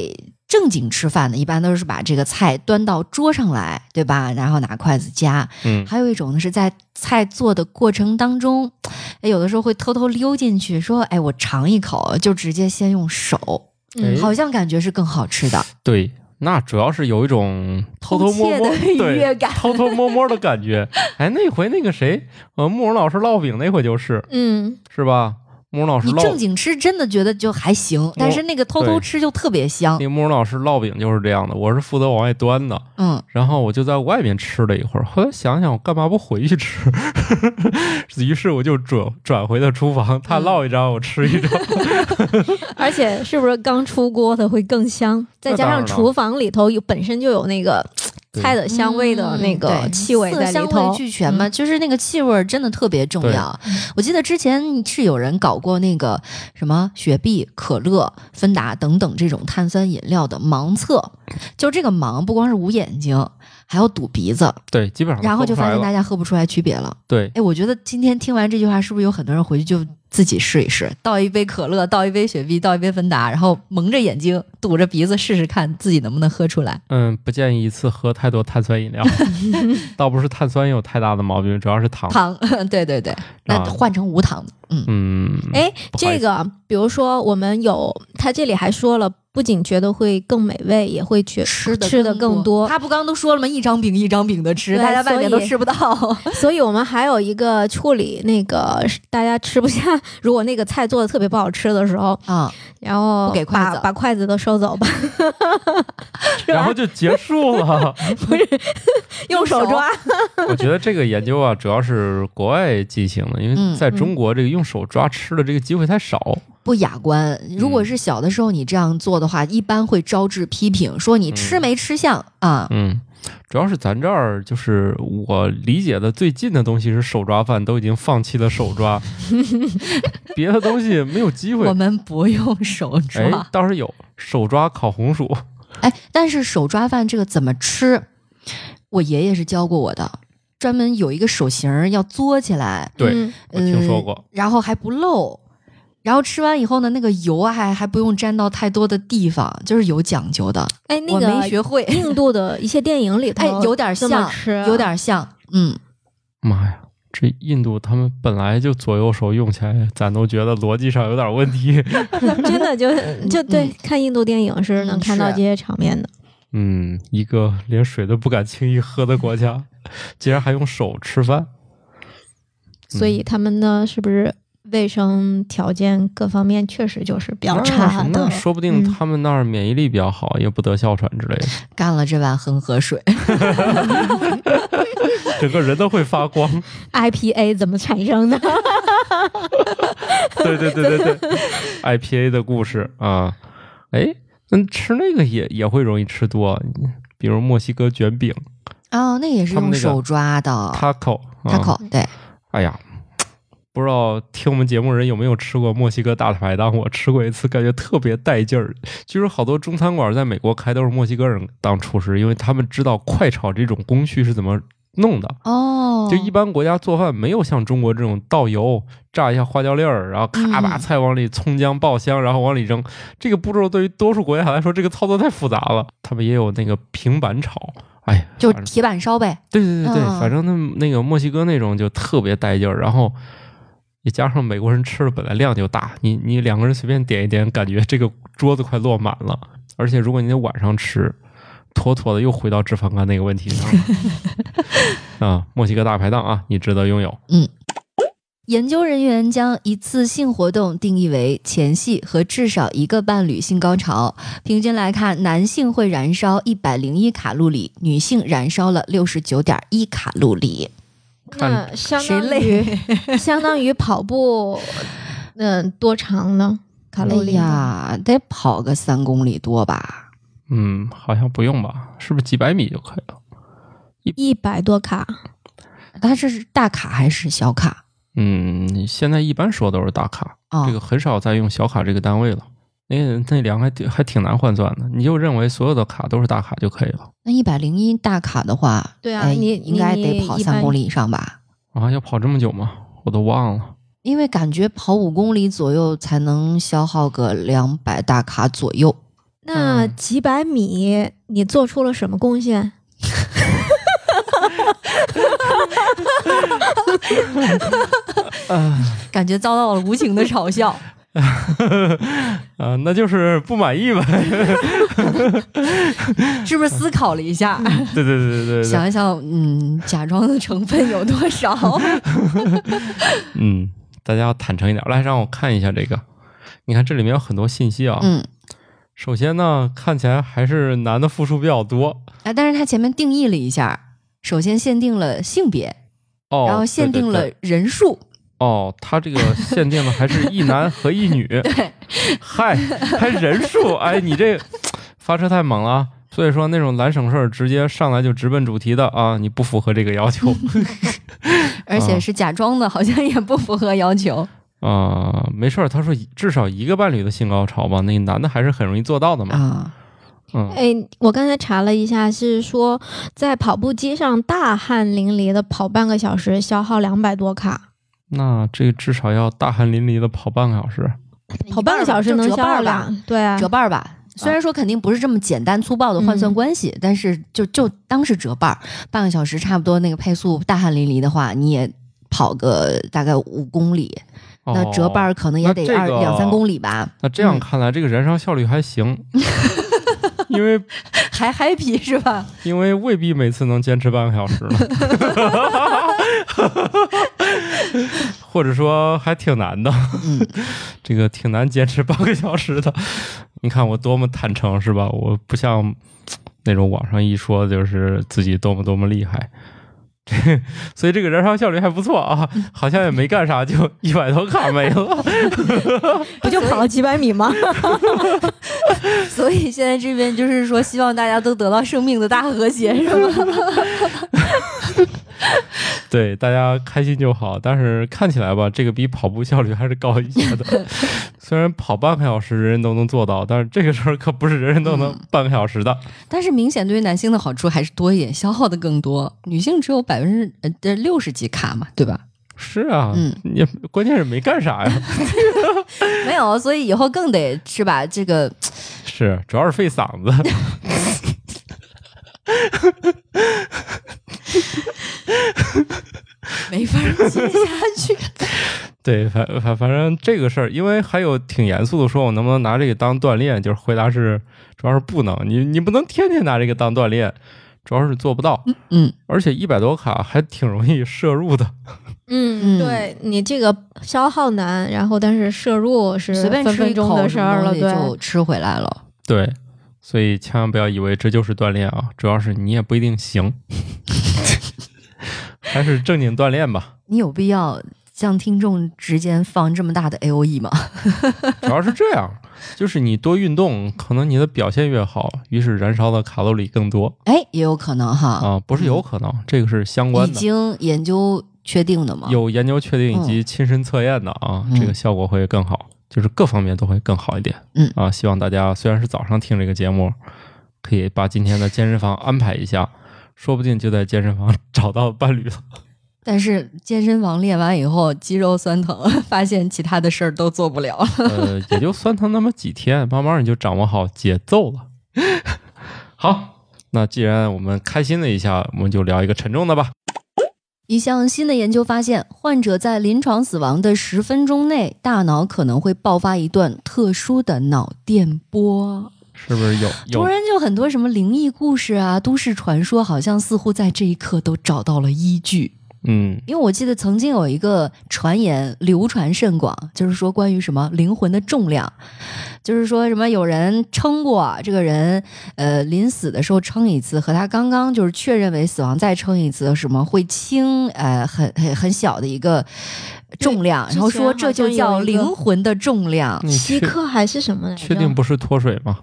S3: 正经吃饭的，一般都是把这个菜端到桌上来，对吧？然后拿筷子夹。
S1: 嗯
S3: 还有一种呢，是在菜做的过程当中，哎，有的时候会偷偷溜进去，说：“哎，我尝一口。”就直接先用手，
S1: 哎
S2: 嗯，
S3: 好像感觉是更好吃的。
S1: 对，那主要是有一种偷偷摸摸
S3: 偷窃 的愉悦
S1: 对
S3: 感
S1: 偷偷摸摸的感觉。哎，那回那个谁，呃，慕容老师烙饼那回就是
S2: 嗯，
S1: 是吧？慕容老师
S3: 你正
S1: 烙，
S3: 经吃真的觉得就还行，但是那个偷偷
S1: 对
S3: 吃就特别香。
S1: 那慕容老师烙饼就是这样的，我是负责往外端的。
S3: 嗯，
S1: 然后我就在外面吃了一会儿，后来想想我干嘛不回去吃， 于是我就转转回了厨房，他烙一张，我吃一张。
S3: 嗯
S2: 而且是不是刚出锅的会更香？再加
S1: 当然
S2: 上
S1: 了
S2: 厨房里头有本身就有那个
S1: 对嗯
S2: 菜的香味的那个
S3: 嗯对
S2: 气味在
S3: 色
S2: 里
S3: 香味
S2: 头。嗯
S3: 俱全嘛，就是那个气味儿真的特别重要。我记得之前是有人搞过那个什么雪碧、可乐、芬达等等这种碳酸饮料的盲测，就这个盲不光是捂眼睛，还要堵鼻子，
S1: 对，基本上
S3: 然后就发现大
S1: 家
S3: 家喝不出来区别了。
S1: 对
S3: 哎，我觉得今天听完这句话，是不是有很多人回去就自己试一试，倒一杯可乐，倒一杯雪碧，倒一杯芬达，然后蒙着眼睛堵着鼻子试试看自己能不能喝出来？
S1: 嗯，不建议一次喝太多碳酸饮 料，倒不是碳酸有太大的毛病，主要是糖。
S3: 糖，对对对，那
S1: 啊
S3: 换成无糖的，
S1: 嗯，
S2: 哎，
S1: 不好意
S2: 这
S1: 思
S2: 个，比如说我们有，他这里还说了，不仅觉得会更美味，也会 觉
S3: 吃的
S2: 吃的更多
S3: 他不刚都说了吗？一张饼一张饼的吃，
S2: 对
S3: 大家外面都
S2: 所以
S3: 吃不到。
S2: 所以我们还有一个处理那个是大家吃不下，如果那个菜做的特别不好吃的时候，
S3: 啊，
S2: 然后
S3: 不给筷
S2: 把
S3: 子
S2: 把筷子都收走吧，
S1: 然后就结束了。
S2: 用手抓。
S1: 我觉得这个研究啊，主要是国外进行的，因
S3: 嗯
S1: 为在中国这个用手抓吃的这个机会太少。
S3: 不雅观。如
S1: 嗯
S3: 果是小的时候你这样做的话，一般会招致批评，说你吃没吃相啊。
S1: 嗯，主要是咱这儿就是我理解的最近的东西是手抓饭，都已经放弃了手 抓，别的东西没有机会
S3: 我。们不用手
S1: 嗯哎
S3: 抓，，
S1: 倒是有手抓烤红薯，
S3: 哎，但是手抓饭这个怎么吃？我爷爷是教过我的，专门有一个手型儿要作起来，
S1: 对
S2: 嗯
S1: 我听说过。
S3: 然后还不漏。然后吃完以后呢，那个油啊还还不用沾到太多的地方，就是有讲究的。
S2: 哎，那个
S3: 我没学会，
S2: 印度的一些电影里头，
S3: 哎，有点
S2: 这么
S3: 像，
S2: 吃，
S3: 有点像，嗯，
S1: 妈呀，这印度他们本来就左右手用起来，咱都觉得逻辑上有点问题。
S2: 真的就就对
S3: 嗯，
S2: 看印度电影是能
S3: 嗯
S2: 看到
S3: 是
S2: 这些场面的。
S1: 嗯，一个连水都不敢轻易喝的国家， 竟然还用手吃饭。
S2: 所
S3: 嗯
S2: 以他们呢，是不是卫生条件各方面确实就是比较
S1: 那
S2: 差
S1: 那
S2: 的？
S1: 说不定
S2: 嗯
S1: 他们那儿免疫力比较好，也不得哮喘之类的，
S3: 干了这碗恒河水，
S1: 整个人都会发光。
S2: IPA 怎么产生的？
S1: 对对对对对，IPA 的故事啊，哎，那吃那个也也会容易吃多，比如墨西哥卷饼、
S3: 哦，那也是
S1: 他们
S3: 用
S1: 那个
S3: 手抓的，
S1: taco、
S3: 他
S1: 啊、
S3: 口对，
S1: 哎呀，不知道听我们节目人有没有吃过墨西哥大排档？我吃过一次，感觉特别带劲儿。据说好多中餐馆在美国开都是墨西哥人当厨师，因为他们知道快炒这种工序是怎么弄的。
S3: 哦，
S1: 就一般国家做饭没有像中国这种倒油、炸一下花椒粒儿，然后咔
S3: 嗯
S1: 把菜往里葱姜爆香，然后往里扔。这个步骤对于多数国家来说，这个操作太复杂了。他们也有那个平板炒，哎呀，
S3: 就
S1: 反正
S3: 铁板烧呗，
S1: 对对对对，
S3: 嗯
S1: 反正那那个墨西哥那种就特别带劲儿，然后也加上美国人吃的本来量就大，你你两个人随便点一点，感觉这个桌子快落满了。而且如果你得晚上吃，妥妥的又回到脂肪肝那个问题上了。 啊，墨西哥大排档啊，你值得拥有。
S3: 研究人员将一次性活动定义为前戏和至少一个伴侣性高潮。平均来看，男性会燃烧一百零一卡路里，女性燃烧了六十九点一卡路里。
S1: 看
S2: 那相
S3: 谁
S2: 当于
S3: 累
S2: 相当于跑步，嗯、多长呢？卡路里呢？
S3: 哎呀，得跑个三公里多吧？
S1: 嗯，好像不用吧？是不是几百米就可以了？
S2: 一百多卡，
S3: 它这是大卡还是小卡
S1: 嗯，现在一般说都是大卡，
S3: 啊？
S1: 这个很少再用小卡这个单位了。那那两个还挺还挺难换算的，你就认为所有的卡都是大卡就可以了。
S3: 那一百零一大卡的话，
S2: 对啊
S3: 哎
S2: 你
S3: 应该
S2: 你
S3: 得跑
S2: 一般
S3: 三公里以上吧？
S1: 啊，要跑这么久吗？我都忘了。
S3: 因为感觉跑五公里左右才能消耗个两百大卡左右。
S2: 那
S1: 嗯
S2: 几百米你做出了什么贡献？
S3: 感觉遭到了无情的嘲 笑。
S1: 啊、那就是不满意呗。
S3: 是不是思考了一下，
S1: 对对对对对对，
S3: 想一想，嗯，假装的成分有多少？
S1: 嗯，大家要坦诚一点。来，让我看一下这个。你看这里面有很多信息啊。
S3: 嗯，
S1: 首先呢，看起来还是男的付出比较多
S3: 啊，但是它前面定义了一下，首先限定了性别，
S1: 哦，
S3: 然后
S1: 对
S3: 限定
S1: 对
S3: 了
S1: 对
S3: 人数，
S1: 哦，他这个限定的还是一男和一女。
S3: 对，
S1: 嗨，还人数？哎，你这发车太猛了啊。所以说那种懒省事儿，直接上来就直奔主题的啊，你不符合这个要求。
S3: 而且是假装的，好像也不符合要求。
S1: 啊、没事儿，他说至少一个伴侣的性高潮吧，那男的还是很容易做到的嘛。
S3: 啊，
S1: 嗯，
S2: 哎，我刚才查了一下，是说在跑步机上大汗淋漓的跑半个小时，消耗两百多卡。
S1: 那这个至少要大汗淋漓的跑半个小时。
S2: 跑半个小时能
S3: 就折
S2: 消
S3: 半
S2: 耗
S3: 儿吧
S2: 两，对啊，
S3: 折半儿吧。虽然说肯定不是这么简单粗暴的换算关系，但是就就当是折半儿，半个小时差不多那个配速大汗淋漓的话，你也跑个大概五公里，那折半
S1: 哦
S3: 儿可能也
S1: 那
S3: 得
S1: 这
S3: 二
S1: 个
S3: 两三公里吧，
S1: 那这样
S3: 嗯
S1: 看来，这个燃烧效率还 行，因为
S3: 还 happy 是 吧？
S1: 因为未必每次能坚持半个小时呢， 或者说还挺难的，
S3: 嗯，
S1: 这个挺难坚持半个小时的。你看我多么坦诚是吧？我不像那种网上一说就是自己多么多么厉害。 所以这个燃烧效率还不错啊，好像也没干啥，就一百多卡没了。
S2: 不 就跑了几百米吗？
S3: 所以现在这边就是说，希望大家都得到生命的大和谐，是 吧？
S1: 对，大家开心就好。但是看起来吧，这个比跑步效率还是高一些 的。虽然跑半个小时人人都能做到，但是这个事儿可不是人人都能半个小时的。
S3: 但是明显对于男性的好处还是多一点，消耗的更多。女性只有百分之呃六十几卡嘛，对吧？
S1: 是啊，
S3: 嗯
S1: 也关键是没干啥 呀。
S3: 没有，所以以后更得是吧？这个
S1: 是，主要是费嗓子。
S3: 没法接下去。
S1: 对，反反反正这个事儿，因为还有挺严肃的说，我能不能拿这个当锻炼？就是回答是，主要是不能。你你不能天天拿这个当锻炼，主要是做不到。
S3: 嗯，
S1: 而且一百多卡还挺容易摄入的。
S2: 嗯，
S3: 嗯
S2: 对你这个消耗难，然后但是摄入是
S3: 随便
S2: 分
S3: 吃一
S2: 分钟
S3: 口
S2: 的
S3: 什
S2: 事
S3: 么
S2: 儿了，
S3: 东西
S2: 对，
S3: 就吃回来了。
S1: 对，所以千万不要以为这就是锻炼啊，主要是你也不一定行， 还是正经锻炼吧。
S3: 你有必要向听众之间放这么大的 A O E 吗？
S1: 主要是这样，就是你多运动，可能你的表现越好，于是燃烧的卡路里更多
S3: 哎，也有可能哈，
S1: 啊，不是有可能，这个是相关
S3: 哦已
S1: 的，
S3: 经研究确定的嘛。
S1: 有研究确定以及亲身测验的啊，
S3: 嗯
S1: 这个效果会更好，就是各方面都会更好一点。
S3: 嗯
S1: 啊，希望大家虽然是早上听这个节目，可以把今天的健身房安排一下，说不定就在健身房 找到伴侣了。
S3: 但是健身房练完以后肌肉酸疼，发现其他的事儿都做不了了。
S1: 呃，也就酸疼那么几天， 慢慢你就掌握好节奏了。好，那既然我们开心了一下，我们就聊一个沉重的吧。
S3: 一项新的研究发现，患者在临床死亡的十分钟内，大脑可能会爆发一段特殊的脑电波。
S1: 是不是有
S3: 突
S1: 有
S3: 然就很多什么灵异故事啊、都市传说，好像似乎在这一刻都找到了依据。
S1: 嗯
S3: 因为我记得曾经有一个传言流传甚广，就是说关于什么灵魂的重量，就是说什么有人称过这个人，呃，临死的时候称一次，和他刚刚就是确认为死亡再称一次，什么会轻，呃，很很很小的一个重量，
S2: 对
S3: 然后
S2: 之前
S3: 说这就
S2: 好
S3: 叫
S2: 像有一个
S3: 灵魂的重量。
S1: 你
S2: 稀
S1: 确
S2: 克还是什 么来着？
S1: 确定不是脱水吗？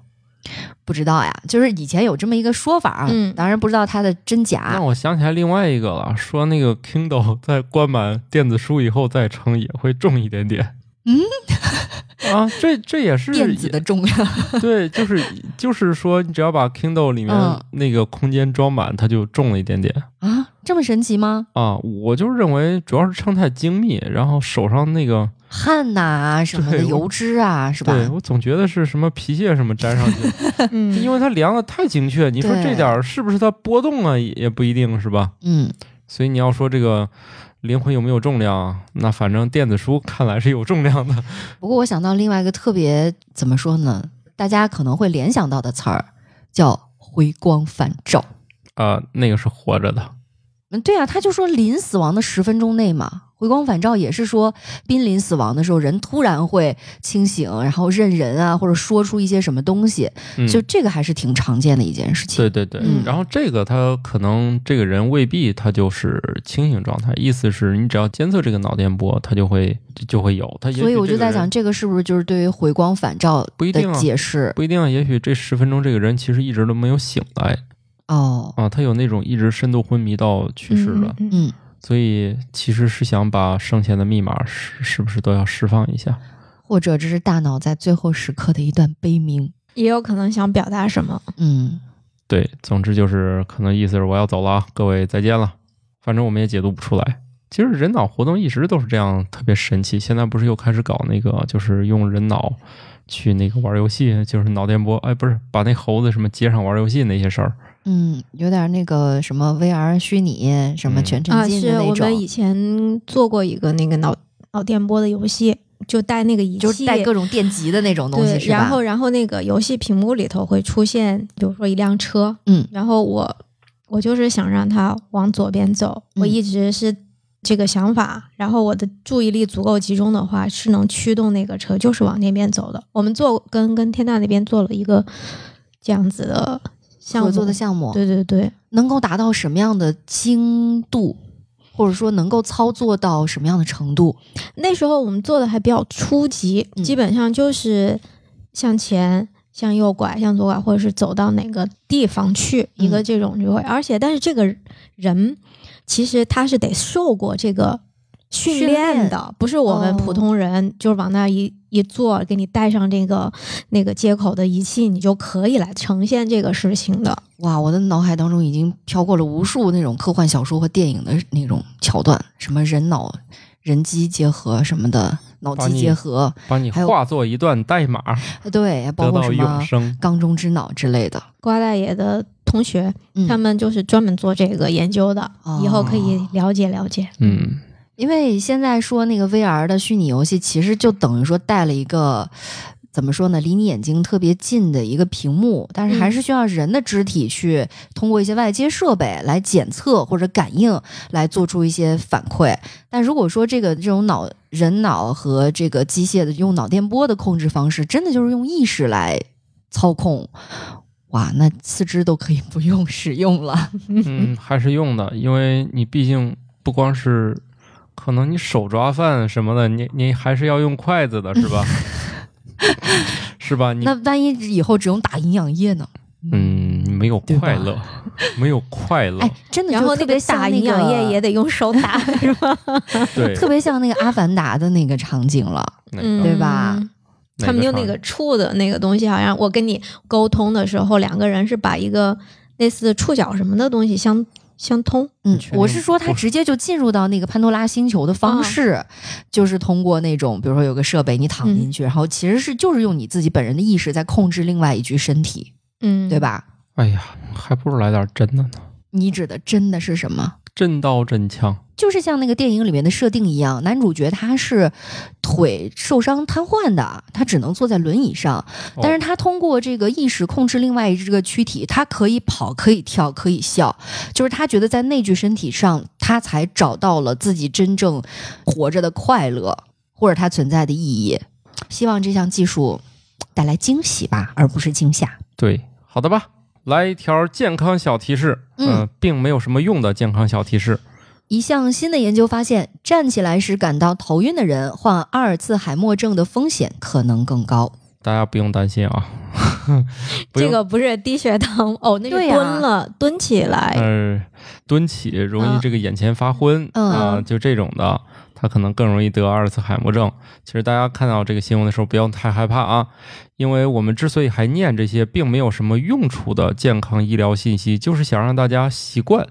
S3: 不知道呀，就是以前有这么一个说法，啊
S2: 嗯，
S3: 当然不知道它的真假啊
S1: 那。我想起来另外一个了，说那个 Kindle 在关满电子书以后再称也会重一点点。嗯，啊，这这也是
S3: 电子的重量，
S1: 对，就是就是说，你只要把 Kindle 里面
S3: 嗯
S1: 那个空间装满，它就重了一点点。
S3: 啊，这么神奇吗？
S1: 啊，我就认为主要是称太精密，然后手上那个，
S3: 汗呐、什么的
S1: 对我
S3: 油脂啊，是吧？
S1: 对我总觉得是什么皮屑什么粘上去 了，
S2: 嗯，
S1: 因为它量的太精确。你说
S3: 对
S1: 这点儿是不是它波动啊，也也不一定是吧？
S3: 嗯，
S1: 所以你要说这个灵魂有没有重量，啊那反正电子书看来是有重量的。
S3: 不过我想到另外一个特别怎么说呢，大家可能会联想到的词儿叫回光返照。
S1: 啊，那个是活着的，
S3: 嗯，对啊，他就说临死亡的十分钟内嘛，回光返照也是说濒临死亡的时候，人突然会清醒，然后认人啊，或者说出一些什么东西，
S1: 嗯，
S3: 就这个还是挺常见的一件事情。
S1: 对对对。
S3: 嗯
S1: 然后这个他可能这个人未必他就是清醒状态，意思是你只要监测这个脑电波，它就会就就会有。它也
S3: 所以
S1: 许
S3: 我
S1: 这
S3: 就
S1: 个
S3: 在
S1: 人
S3: 想，这个是不是就是对于回光返照
S1: 不一定
S3: 的
S1: 啊
S3: 解释？
S1: 不一定啊，也许这十分钟这个人其实一直都没有醒来
S3: 哦，
S1: 啊，他有那种一直深度昏迷到去世了，
S2: 嗯嗯嗯
S3: 嗯，
S1: 所以其实是想把生前的密码是是不是都要释放一下？
S3: 或者这是大脑在最后时刻的一段悲鸣。
S2: 也有可能想表达什么。
S3: 嗯，
S1: 对，总之就是可能意思是我要走了啊，各位再见了，反正我们也解读不出来。其实人脑活动一直都是这样，特别神奇。现在不是又开始搞那个，就是用人脑去那个玩游戏，就是脑电波，哎，不是把那猴子什么接上玩游戏那些事儿。
S3: 嗯，有点那个什么 VR 虚拟、什么
S1: 嗯
S3: 全
S2: 啊，
S3: 沉浸
S2: 是
S3: 的
S2: 我
S3: 那种。
S2: 们以前做过一个那个脑脑电波的游戏，就带那个仪器，
S3: 就是带各种电极的那种东西
S2: 对，
S3: 是吧？
S2: 然后然后那个游戏屏幕里头会出现，比如说一辆车，
S3: 嗯
S2: 然后我我就是想让它往左边走，我
S3: 嗯
S2: 一直是这个想法。然后我的注意力足够集中的话，是能驱动那个车就是往那边走的。我们做跟跟天大那边做了一个这样子的项目，
S3: 合作的项目
S2: 对对对，
S3: 能够达到什么样的精度，或者说能够操作到什么样的程度？
S2: 那时候我们做的还比较初级，
S3: 嗯
S2: 基本上就是向前、向右拐、向左拐，或者是走到哪个地方去，
S3: 嗯
S2: 一个这种就会。而且，但是这个人其实他是得受过这个训
S3: 训
S2: 练
S3: 练
S2: 的，不是我们
S3: 哦
S2: 普通人、就是往那一一坐，给你带上这个那个接口的仪器，你就可以来呈现这个事情的。
S3: 哇，我的脑海当中已经飘过了无数那种科幻小说和电影的那种桥段，什么人脑、人机结合什么的，脑
S1: 把你
S3: 机结合，
S1: 把你
S3: 还有
S1: 化作一段代码，
S3: 对，包
S1: 得
S3: 括什
S1: 到永
S3: 么
S1: 生。
S3: 缸中之脑之类的。
S2: 瓜大爷的同学，
S3: 嗯
S2: 他们就是专门做这个研究的，以后可以
S3: 哦
S2: 了解了解。
S1: 嗯，
S3: 因为现在说那个 VR 的虚拟游戏，其实就等于说带了一个怎么说呢，离你眼睛特别近的一个屏幕，但是还是需要人的肢体去通过一些外接设备来检测或者感应，来做出一些反馈。但如果说这个这种脑人脑和这个机械的用脑电波的控制方式，真的就是用意识来操控。哇，那四肢都可以不用使用了。
S1: 嗯，还是用的，因为你毕竟不光是，可能你手抓饭什么的，你你还是要用筷子的，是吧？是吧？你
S3: 那万一以后只用打营养液呢？
S1: 嗯，你没有
S3: 对吧
S1: 快乐，没有快乐
S3: 哎，，真的
S2: 然
S3: 就
S2: 后
S3: 特
S2: 那
S3: 别
S2: 个
S3: 像
S2: 打
S3: 那
S2: 营养
S3: 个
S2: 液也得用手打， 是吧？
S1: 对，
S3: 特别像那个《阿凡达》的那个场景了。
S1: 哪
S2: 嗯，
S1: 个
S3: 对吧？
S1: 哪
S2: 他们用那
S1: 场
S2: 个触的那个东西，好像我跟你沟通的时候，两个人是把一个类似触角什么的东西相相通。
S3: 嗯
S1: 确，定
S3: 我是说他
S1: 不
S3: 直接就进入到那个潘多拉星球的
S2: 嗯
S3: 方式，就是通过那种，比如说有个设备，你躺
S2: 嗯
S3: 进去，然后其实是就是用你自己本人的意识在控制另外一具身体，
S2: 嗯，
S3: 对？吧？
S1: 哎呀，还不如来点真的呢，
S3: 你指的真的是什么？
S1: 真刀真枪。
S3: 就是像那个电影里面的设定一样，男主角他是腿受伤瘫痪的，他只能坐在轮椅上，
S1: 哦
S3: 但是他通过这个意识控制另外一这个躯体，他可以跑，可以跳，可以笑，就是他觉得在那具身体上，他才找到了自己真正活着的快乐，或者它存在的意义。希望这项技术带来惊喜吧，而不是惊吓。
S1: 对，好的吧，来一条健康小提示，
S3: 嗯
S1: 呃，并没有什么用的健康小提示。
S3: 一项新的研究发现，站起来时感到头晕的人，患阿尔茨海默症的风险可能更高。
S1: 大家不用担心啊， 不
S2: 这
S1: 用
S2: 个不是低血糖哦，那是
S3: 对
S2: 蹲
S3: 呀
S2: 了，蹲起来。
S1: 呃，蹲起容易
S3: 哎嗯
S1: 这个眼前发昏啊、
S3: 嗯
S1: 就这种的，他可能更容易得阿尔茨海默症。其实大家看到这个新闻的时候，不要太害怕啊，因为我们之所以还念这些并没有什么用处的健康医疗信息，就是想让大家习惯。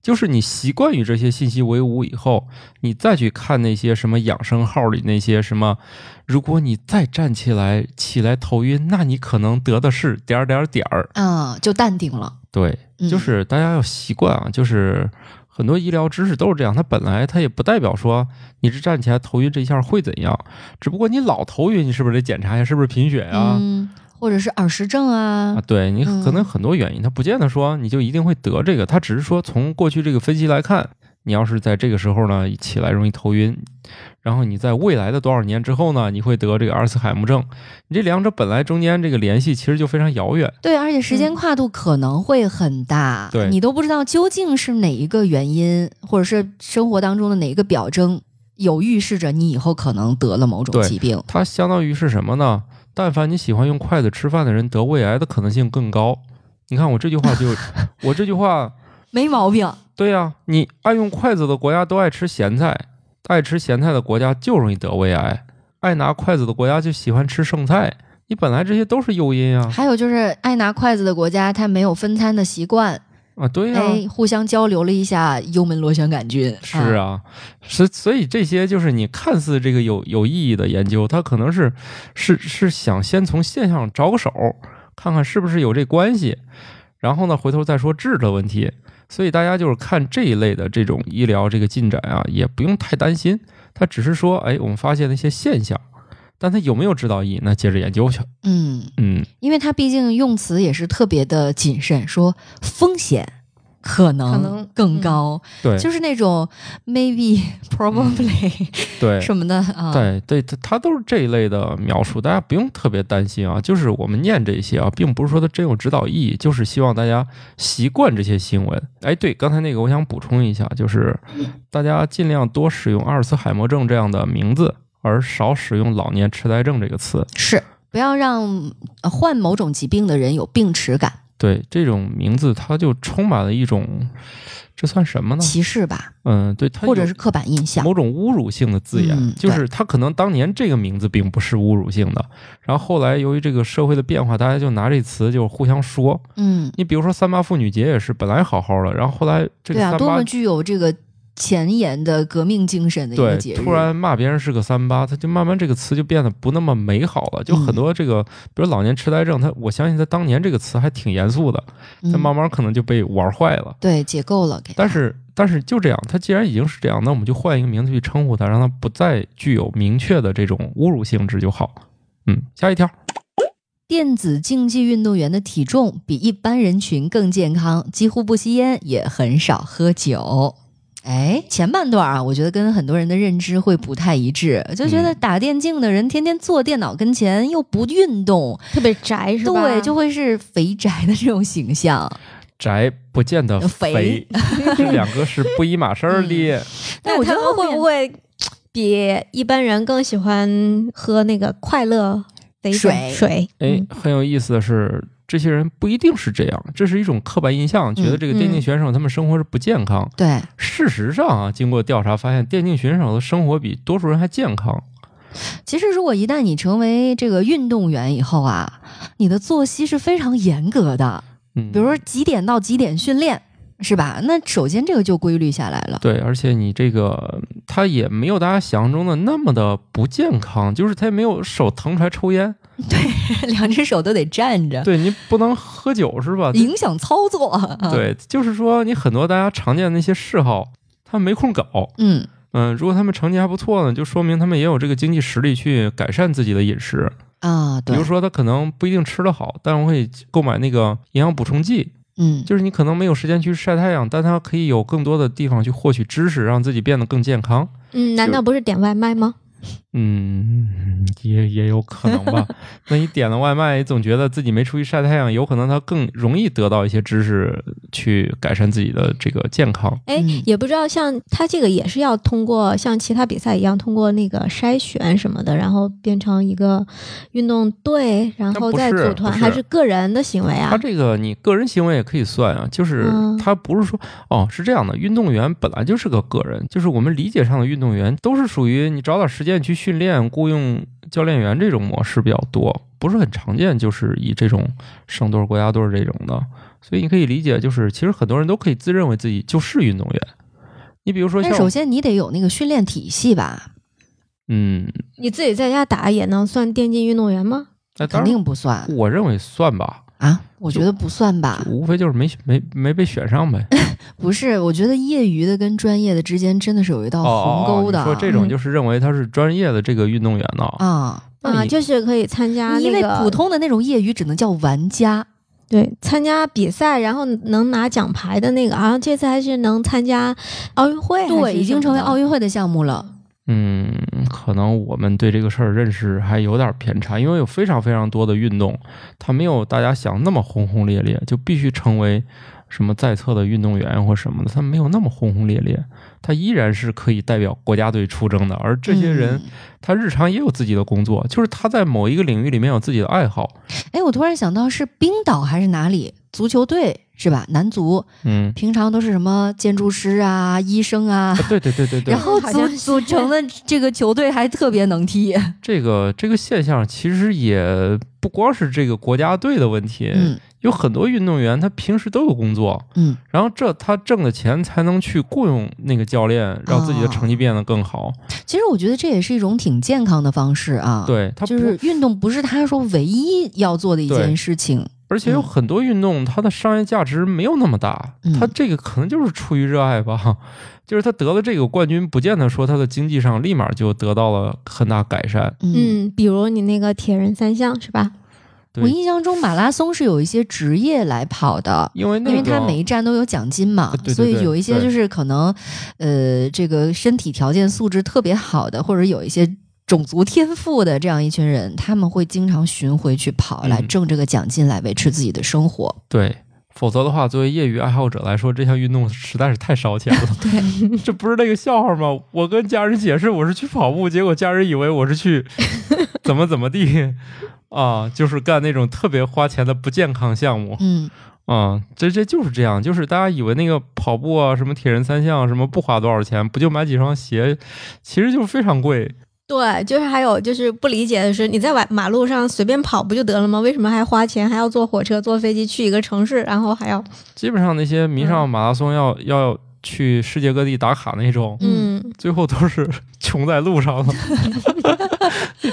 S1: 就是你习惯与这些信息为伍以后，你再去看那些什么养生号里那些什么，如果你再站起来起来头晕，那你可能得的是点儿点儿点儿。
S3: 啊、就淡定了。
S1: 对，
S3: 嗯
S1: 就是大家要习惯啊，就是很多医疗知识都是这样，它本来它也不代表说你这站起来头晕这一下会怎样，只不过你老头晕，你是不是得检查一下是不是贫血啊？
S3: 嗯，或者是耳石症啊
S1: 啊，，对你
S3: 嗯
S1: 可能很多原因，它不见得说你就一定会得这个，它只是说从过去这个分析来看，你要是在这个时候呢起来容易头晕，然后你在未来的多少年之后呢，你会得这个阿尔茨海默症，你这两者本来中间这个联系其实就非常遥远。
S3: 对，而且时间跨度可能会很大，
S1: 嗯对
S3: 你都不知道究竟是哪一个原因，或者是生活当中的哪一个表征，有预示着你以后可能得了某种
S1: 对
S3: 疾病。
S1: 它相当于是什么呢？但凡你喜欢用筷子吃饭的人，得胃癌的可能性更高。你看我这句话就，我这句话，
S3: 没毛病，
S1: 对呀、你爱用筷子的国家都爱吃咸菜，爱吃咸菜的国家就容易得胃癌，爱拿筷子的国家就喜欢吃剩菜。你本来这些都是诱因啊
S3: 还有就是爱拿筷子的国家，它没有分餐的习惯，
S1: 啊，对呀、
S3: 哎，互相交流了一下幽门螺旋杆菌。
S1: 是啊，是所以这些就是你看似这个有有意义的研究，它可能是是是想先从现象着手，看看是不是有这关系，然后呢回头再说治的问题。所以大家就是看这一类的这种医疗这个进展啊，也不用太担心，他只是说，哎，我们发现了一些现象，但他有没有指导意义，那接着研究去。
S3: 嗯，
S1: 嗯，
S3: 因为他毕竟用词也是特别的谨慎，说风险可
S2: 可
S3: 能
S2: 能
S3: 更高，
S1: 嗯对，嗯
S3: 就是那种 maybe probably、
S1: 对，
S3: 什么的啊。
S1: 对对，它它都是这一类的描述，大家不用特别担心啊。就是我们念这些啊，并不是说它真有指导意义，就是希望大家习惯这些新闻。哎，对，刚才那个我想补充一下，就是大家尽量多使用阿尔茨海默症这样的名字，而少使用老年痴呆症这个词。
S3: 是不要让呃患某种疾病的人有病耻感、
S1: 对，这种名字它就充满了一种，这算什么呢？
S3: 歧视吧，
S1: 嗯，对，它
S3: 或者
S1: 有
S3: 是刻板印象。
S1: 某种侮辱性的字眼，
S3: 嗯
S1: 就是他可能当年这个名字并不是侮辱性的，然后后来由于这个社会的变化，大家就拿这词就互相说。
S3: 嗯，
S1: 你比如说三八妇女节也是本来好好的，然后后来这个
S3: 对啊，
S1: 三
S3: 多
S1: 八
S3: 么具有这个前沿的革命精神的一
S1: 对
S3: 个节日。
S1: 突然骂别人是个三八，他就慢慢这个词就变得不那么美好了。就
S3: 嗯
S1: 很多这个，比如老年痴呆症，他我相信他当年这个词还挺严肃的，
S3: 嗯
S1: 他慢慢可能就被玩坏了。
S3: 对解构了，给他
S1: 但是但是就这样，它既然已经是这样，那我们就换一个名字去称呼它，让它不再具有明确的这种侮辱性质就好。嗯，下一条，
S3: 电子竞技运动员的体重比一般人群更健康，几乎不吸烟，也很少喝酒。哎，前半段啊，我觉得跟很多人的认知会不太一致，就觉得
S1: 嗯
S3: 打电竞的人天天坐电脑跟前又不运动，
S2: 特别宅是吧？
S3: 对，就会是肥宅的这种 形象。
S1: 宅不见得
S3: 肥嗯
S1: 这两个是不一码事儿的。
S3: 但
S2: 那
S3: 我
S2: 他
S3: 觉得
S2: 们
S3: 后
S2: 会
S3: 面
S2: 不会比一般人更喜欢喝那个快乐的一种
S3: 水
S2: 水？嗯
S1: 哎，很有意思的是，这些人不一定是这样，这是一种刻板印象，
S3: 嗯
S1: 觉得这个电竞选手他们生活是不健康。
S3: 对，
S1: 事实上啊，经过调查发现，电竞选手的生活比多数人还健康。
S3: 其实如果一旦你成为这个运动员以后啊，你的作息是非常严格的，
S1: 嗯，
S3: 比如说几点到几点训练，是吧？那首先这个就规律下来 了。
S1: 对，而且你这个他也没有大家想象中的那么的不健康，就是他也没有手腾出来抽烟，
S3: 两只手都得站着，
S1: 对你不能喝酒是吧？
S3: 影响操作。啊，
S1: 对，就是说你很多大家常见的一些嗜好，他没空搞。
S3: 嗯，
S1: 嗯，如果他们成绩还不错呢，就说明他们也有这个经济实力去改善自己的饮食。
S3: 啊，
S1: 比
S3: 对
S1: 如，说他可能不一定吃得好，但我会购买那个营养补充剂，
S3: 嗯，
S1: 就是你可能没有时间去晒太阳，但他可以有更多的地方去获取知识，让自己变得更健康。
S2: 嗯，难道不是点外卖吗？
S1: 嗯，也也有可能吧。那你点了外卖，总觉得自己没出去晒太阳，有可能他更容易得到一些知识，去改善自己的这个健康。
S2: 哎、
S3: 嗯
S2: 也不知道像他这个也是要通过像其他比赛一样通过那个筛选什么的，然后变成一个运动队，然后再
S1: 那不是
S2: 组团，
S1: 不是
S2: 还是个人的行为
S1: 他
S2: 啊？
S1: 这个你个人行为也可以算啊，就是
S2: 嗯
S1: 他不是说哦是这样的，运动员本来就是个个人，就是我们理解上的运动员都是属于你找点时间去训练，雇佣教练员这种模式比较多，不是很常见，就是以这种省队、国家队这种的，所以你可以理解，就是其实很多人都可以自认为自己就是运动员。你比如说
S3: 但
S1: 像
S3: 首先你得有那个训练体系吧，
S1: 嗯，
S2: 你自己在家打也能算电竞运动员吗？
S1: 那
S3: 肯
S1: 当然
S3: 定啊不算
S1: 我认为算吧，
S3: 啊，我觉得不算吧。
S1: 无非就是没没没被选上呗。
S3: 不是，我觉得业余的跟专业的之间真的是有一道鸿沟的。嗯
S1: 哦哦哦你说这种就是认为他是专业的这个运动员呢？
S3: 啊，
S1: 那你
S2: 啊，就是可以参加
S3: 因
S2: 那
S3: 为
S2: 个
S3: 普通的那种业余只能叫玩家。
S2: 对，参加比赛，然后能拿奖牌的那个，好像这次还是能参加奥运会，
S3: 对，已经成为奥
S2: 运。
S3: 运会的项目了。
S1: 嗯，可能我们对这个事儿认识还有点偏差，因为有非常非常多的运动，它没有大家想那么轰轰烈烈，就必须成为什么在册的运动员或什么的，它没有那么轰轰烈烈，它依然是可以代表国家队出征的。而这些人，
S3: 嗯
S1: 他日常也有自己的工作，就是他在某一个领域里面有自己的爱好。
S3: 哎，我突然想到是冰岛还是哪里足球队是吧？男足
S1: 嗯，
S3: 平常都是什么建筑师啊、医生啊
S1: 啊，对对对对对
S3: 然，后
S2: 好
S3: 组
S2: 像是
S3: 组成的这个球队还特别能踢，
S1: 这个这个现象其实也不光是这个国家队的问题，
S3: 嗯
S1: 有很多运动员他平时都有工作，
S3: 嗯，
S1: 然后这他挣的钱才能去雇佣那个教练，让自
S3: 哦
S1: 己的成绩变得更好。
S3: 其实我觉得这也是一种挺健康的方式啊。，
S1: 对他不
S3: 就是运动不是他说唯一要做的一
S1: 对
S3: 件事情，
S1: 而且有很多运动，它的商业价值没有那么大，
S3: 嗯
S1: 它这个可能就是出于热爱吧。就是他得了这个冠军，不见得说他的经济上立马就得到了很大改善。
S3: 嗯，
S2: 嗯，比如你那个铁人三项是吧？
S1: 对
S2: 嗯
S3: 我印象中马拉松是有一些职业来跑的，
S1: 因为那
S3: 因
S1: 个
S3: 为它每一站都有奖金嘛
S1: 对，对对
S3: 所以有一些
S1: 对
S3: 就是可能，呃，这个身体条件素质特别好的，或者有一些种族天赋的这样一群人，他们会经常巡回去跑，
S1: 嗯
S3: 来挣这个奖金，来维持自己的生活。
S1: 对，否则的话，作为业余爱好者来说，这项运动实在是太烧钱了。对， 这不是那个笑话吗？我跟家人解释我是去跑步，结果家人以为我是去 怎么怎么地啊，就是干那种特别花钱的不健康项目
S3: 嗯，
S1: 啊。这这就是这样，就是大家以为那个跑步啊，什么铁人三项啊什么不花多少钱，不就买几双鞋，其实就是非常贵。
S2: 对，就是还有就是不理解的是，你在马马路上随便跑不就得了吗？为什么还花钱，还要坐火车、坐飞机去一个城市，然后还要
S1: 基本上那些迷上马拉松要、要去世界各地打卡那种，
S3: 嗯
S2: 嗯
S1: 最后都是 穷在路上了。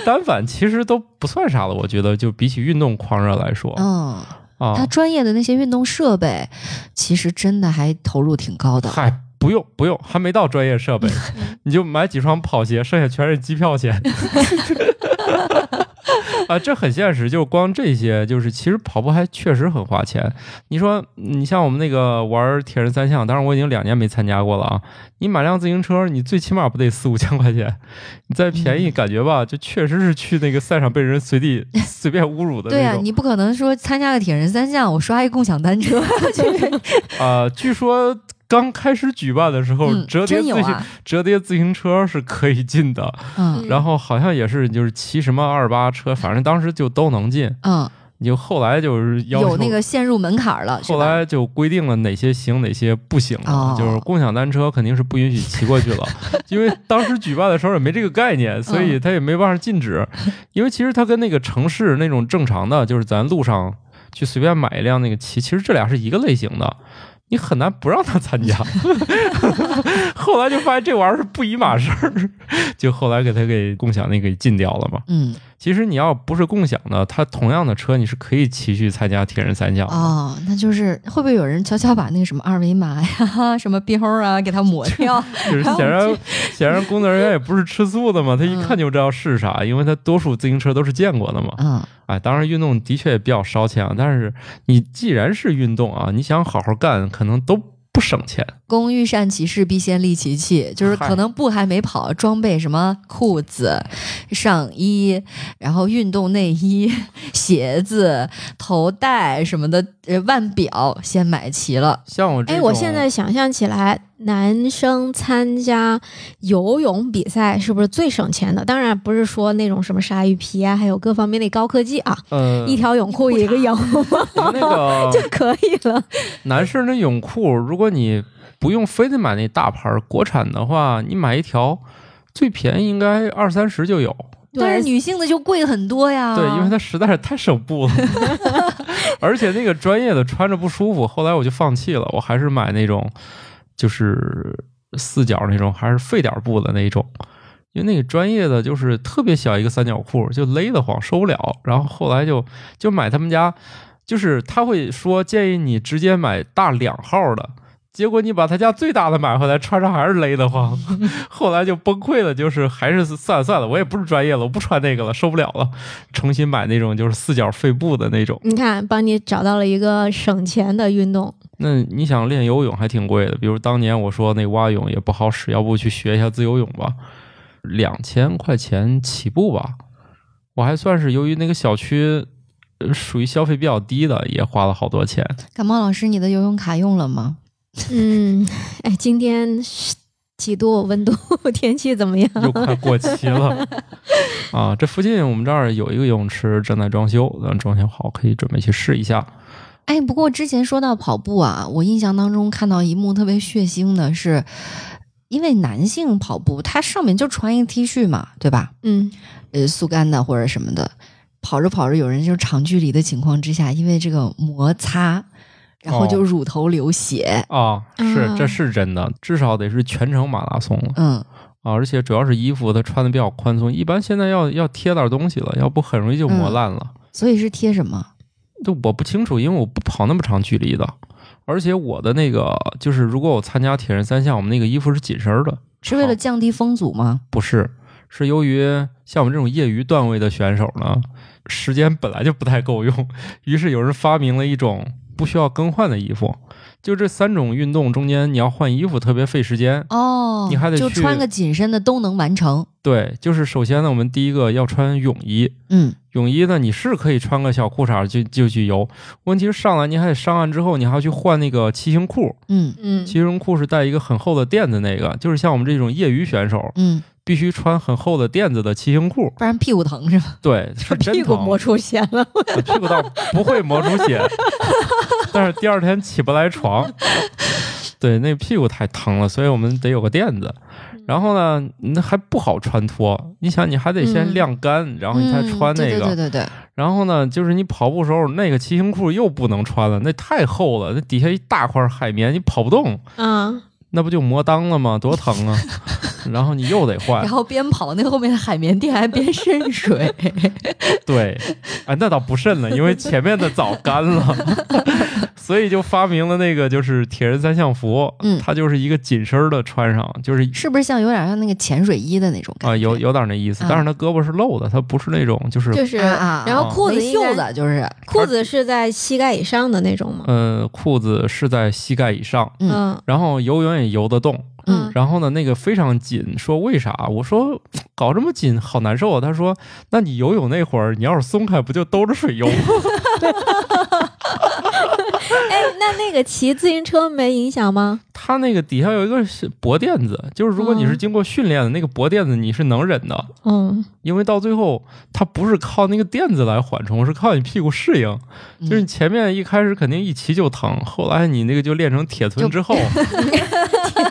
S1: 单反其实都不算啥了，我觉得就比起运动狂热来说
S3: 嗯，他
S1: 啊，
S3: 专业的那些运动设备，其实真的还投入挺高的。
S1: 嗨，不用不用，还没到专业设 备，你就买几双跑鞋，剩下全是机票钱。 啊，这很现实，就光这些，就是其实跑步还确实很花钱。你说，你像我们那个玩铁人三项，当然我已经两年没参加过了啊。你买辆自行车，你最起码不得四五千块钱，你再便宜，
S3: 嗯
S1: 感觉吧，就确实是去那个赛场被人随 地随便侮辱的
S3: 对
S1: 那
S3: 啊，
S1: 种
S3: 你不可能说参加个铁人三项，我刷一共享单车，
S1: 啊、据说刚开始举办的时候，
S3: 嗯
S1: 折叠
S3: 真
S1: 自
S3: 有
S1: 行、
S3: 啊，
S1: 折叠自行车是可以进的，
S3: 嗯
S1: 然后好像也是就是骑什么二八车，反正当时就都能进。
S3: 嗯，
S1: 你就后来就是要求
S3: 有那个陷入门槛了，是
S1: 后
S3: 吧
S1: 来就规定了哪些行，哪些不行了。
S3: 哦
S1: 就是共享单车肯定是不允许骑过 去了，因为当时举办的时候也没这个概念，所
S3: 嗯
S1: 以他也没办法禁止。因为其实它跟那个城市那种正常的，就是咱路上去随便买一辆那个骑，其实这俩是一个类型的。你很难不让他参 加，后来就发现这玩意儿是不一码事儿，就后来给他给共享那个给禁掉了嘛。
S3: 嗯
S1: 其实你要不是共享的，它同样的车你是可以骑去参加铁人三项的。
S3: 哦，那就是会不会有人悄悄把那个什么二维码呀、什么标啊给它抹 掉？
S1: 就是显然，显然工作人员也不是吃素的嘛，他
S2: 嗯
S1: 一看就知道是啥，因为他多数自行车都是见过的嘛。
S3: 嗯
S1: 哎，当然运动的确也比较烧钱啊，但是你既然是运动啊，你想好好干，可能都不省钱。，
S3: 工欲善其事，必先利其器。就是
S1: 嗨
S3: 可能步还没跑，装备什么裤子、上衣，然后运动内衣、鞋子、头带什么的，呃，腕表先买齐了。
S1: 像我这
S2: 哎，
S1: 种，
S2: 我现在想象起来，男生参加游泳比赛是不是最省钱的？当然不是说那种什么鲨鱼皮啊，还有各方面的高科技啊，
S1: 呃，
S2: 一条泳裤一个泳帽
S1: 那个
S2: 就可以了。
S1: 男士那泳裤，如果你不用非得买那大牌儿国产的话，你买一条最便宜应该二三十就有。
S3: 但是女性的就贵很多呀。
S1: 对，因为它实在是太省布了，而且那个专业的穿着不舒服，后来我就放弃了，我还是买那种就是四角那种，还是费点儿布的那种。因为那个专业的就是特别小一个三角裤，就勒得慌，受不了。然后后来就就买他们家，就是他会说建议你直接买大两号的，结果你把他家最大的买回来，穿上还是勒得慌。 后来就崩溃了，就是还是算了算了，我也不是专业了，我不穿那个了，受不了了，重新买那种就是四角废布的那种。
S2: 你看，帮你找到了一个省钱的运动。
S1: 那你想练游泳还挺贵的，比如当年我说那蛙泳也不好使，要不去学一下自由泳吧，两千块钱起步吧。我还算是由于那个小区呃属于消费比较低的，也花了好多钱。
S3: 感冒老师，你的游泳卡用了吗？
S2: 嗯，哎，今天是几度温度？ 天气怎么样？
S1: 又快过期了啊！这附近我们这儿有一个游泳池正在装修，等装修好可以准备去试一下。
S3: 哎，不过之前说到跑步啊，我印象当中看到一幕特别血腥的是，因为男性跑步，他上面就穿一个 T 恤嘛，对吧？
S2: 嗯，
S3: 呃，速干的或者什么的，跑着跑着，有人就是长距离的情况之下，因为这个摩擦，然后就
S1: 哦
S3: 乳头流血。
S1: 啊，是
S2: 啊
S1: 这是真的，至少得是全程马拉松了
S3: 嗯，
S1: 啊！而且主要是衣服它穿的比较宽松，一般现在要要贴点东西了，要不很容易就磨烂了。
S3: 所以是贴什么？
S1: 就我不清楚，因为我不跑那么长距离的，而且我的那个就是，如果我参加铁人三项，我们那个衣服是紧身儿的，
S3: 是为了降低风阻吗？
S1: 不是，是由于像我们这种业余段位的选手呢，时间本来就不太够用，于是有人发明了一种不需要更换的衣服。就这三种运动中间，你要换衣服特别费时间。
S3: 哦，
S1: 你还得
S3: 就
S1: 去
S3: 穿个紧身的都能完成。
S1: 对，就是首先呢，我们第一个要穿泳衣。
S3: 嗯，
S1: 泳衣呢，你是可以穿个小裤衩就就去游，问题是上来你还得上岸之后，你还要去换那个骑行裤。
S3: 嗯
S2: 嗯
S1: 骑行裤是带一个很厚的垫子，那个就是像我们这种业余选手
S3: 嗯，
S1: 必须穿很厚的垫子的骑行 裤。
S3: 不然屁股疼是吧？
S1: 对，是真
S2: 屁股
S1: 疼
S2: 磨出血了，
S1: 屁股倒不会磨出血， 但是第二天起不来床。对，那屁股太疼了，所以我们得有个垫子。
S3: 嗯
S1: 然后呢，那还不好穿脱。你想，你还得先
S3: 嗯
S1: 晾干，然后你才
S3: 嗯
S1: 穿那个。
S3: 对对对对对，
S1: 然后呢，就是你跑步时候那个骑行裤又不能穿了，那太厚了，那底下一大块海绵，你跑不动，
S2: 嗯，
S1: 那不就磨裆了吗？多疼 啊！然后你又得换
S3: 然，后边跑那后面的海绵垫还边渗水。
S1: 对，哎，那倒不甚了，因为前面的早干 了，所以就发明了那个就是铁人三项服，
S3: 嗯
S1: 它就是一个紧身儿的穿上，就是
S3: 是不是像有点像那个潜水衣的那种
S1: 啊、
S3: 感觉？
S1: 有有点那
S3: 嗯
S1: 意思，但是它胳膊是露的，它不是那种就是
S2: 就是，
S3: 啊啊啊
S2: 然后裤子
S3: 没
S2: 应该
S3: 袖子就是
S2: 裤子是在膝盖以上的那种吗？
S1: 嗯、呃裤子是在膝盖以上，
S3: 嗯
S1: 然后游泳也游得动，
S3: 嗯
S1: 然后呢那个非常紧，说为啥？我说搞这么紧好难受啊，他说那你游泳那会儿你要是松开不就兜着水游吗？
S2: 哎，那那个骑自行车没影响吗？
S1: 它那个底下有一个是薄垫子，就是如果你是
S2: 嗯
S1: 经过训练的，那个薄垫子你是能忍的，
S2: 嗯，
S1: 因为到最后它不是靠那个垫子来缓冲，是靠你屁股适应。
S3: 嗯
S1: 就是你前面一开始肯定一骑就疼，后来你那个就练成铁臀之后，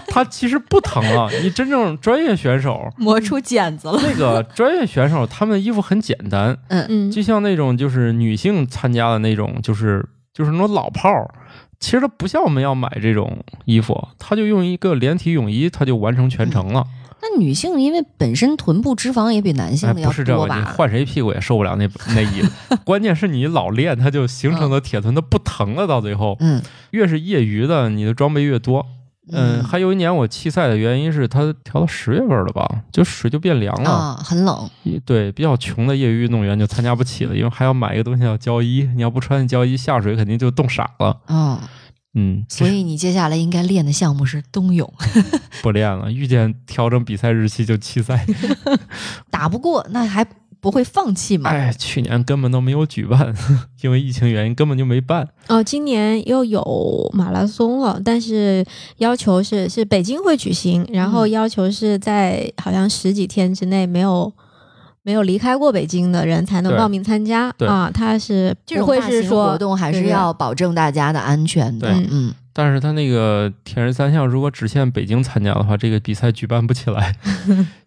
S1: 它其实不疼了。你真正专业选手，
S3: 磨出茧子了。
S1: 那个专业选手他们的衣服很简单，
S2: 嗯
S1: 就像那种就是女性参加的那种，就是就是那种老炮儿，其实他不像我们要买这种衣服，他就用一个连体泳衣，他就完成全程了。
S3: 嗯那女性因为本身臀部脂肪也比男嗯性
S1: 哎，
S3: 的要
S1: 不是这
S3: 多
S1: 个，你
S3: 吧？
S1: 换谁屁股也受不 了那那衣服。关键是你老练，它就形成了铁臀，它不疼了。到最后，
S3: 嗯
S1: 越是业余的，你的装备越多。嗯，还有一年我弃赛的原因是它调到十月份了吧，就水就变凉了。
S3: 啊，很冷。
S1: 一对比较穷的业余运动员就参加不起了，因为还要买一个东西叫胶衣，你要不穿胶衣下水肯定就冻傻了。
S3: 哦，
S1: 嗯，
S3: 所以你接下来应该练的项目是冬泳，
S1: 不练了，遇见调整比赛日期就弃赛。
S3: 嗯打不过那还不会放弃嘛？
S1: 哎，去年根本都没有举办， 因为疫情原因根本就没办。
S2: 哦，今年又有马拉松了，但是要求是是北京会举行，然后
S3: 嗯
S2: 要求是在好像十几天之内没有。没有离开过北京的人才能
S1: 对
S2: 报名参加
S1: 对
S2: 啊！他是
S3: 这
S2: 不
S3: 种
S2: 会
S3: 大
S2: 是
S3: 型
S2: 说
S3: 活动还是
S2: 对
S3: 要保证大家的安全的。
S1: 对
S3: 嗯，
S1: 但是他那个铁人三项如果只限北京参加的话，这个比赛举办不起 来，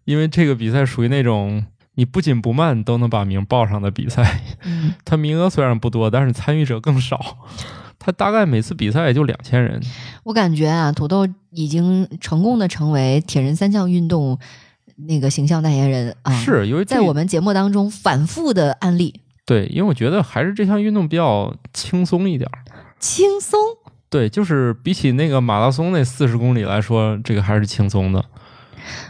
S1: 因为这个比赛属于那种你不紧不慢都能把名报上的比赛。
S3: 嗯
S1: 它名额虽然不多，但是参与者更少。 它大概每次比赛也就两千人，
S3: 我感觉啊，土豆已经成功的成为铁人三项运动那个形象代言人啊，
S1: 是因为
S3: 在
S1: 这
S3: 我们节目当中反复的案例，
S1: 对，因为我觉得还是这项运动比较轻松一点儿。
S3: 轻松。
S1: 对，就是比起那个马拉松那四十公里来说，这个还是轻松的。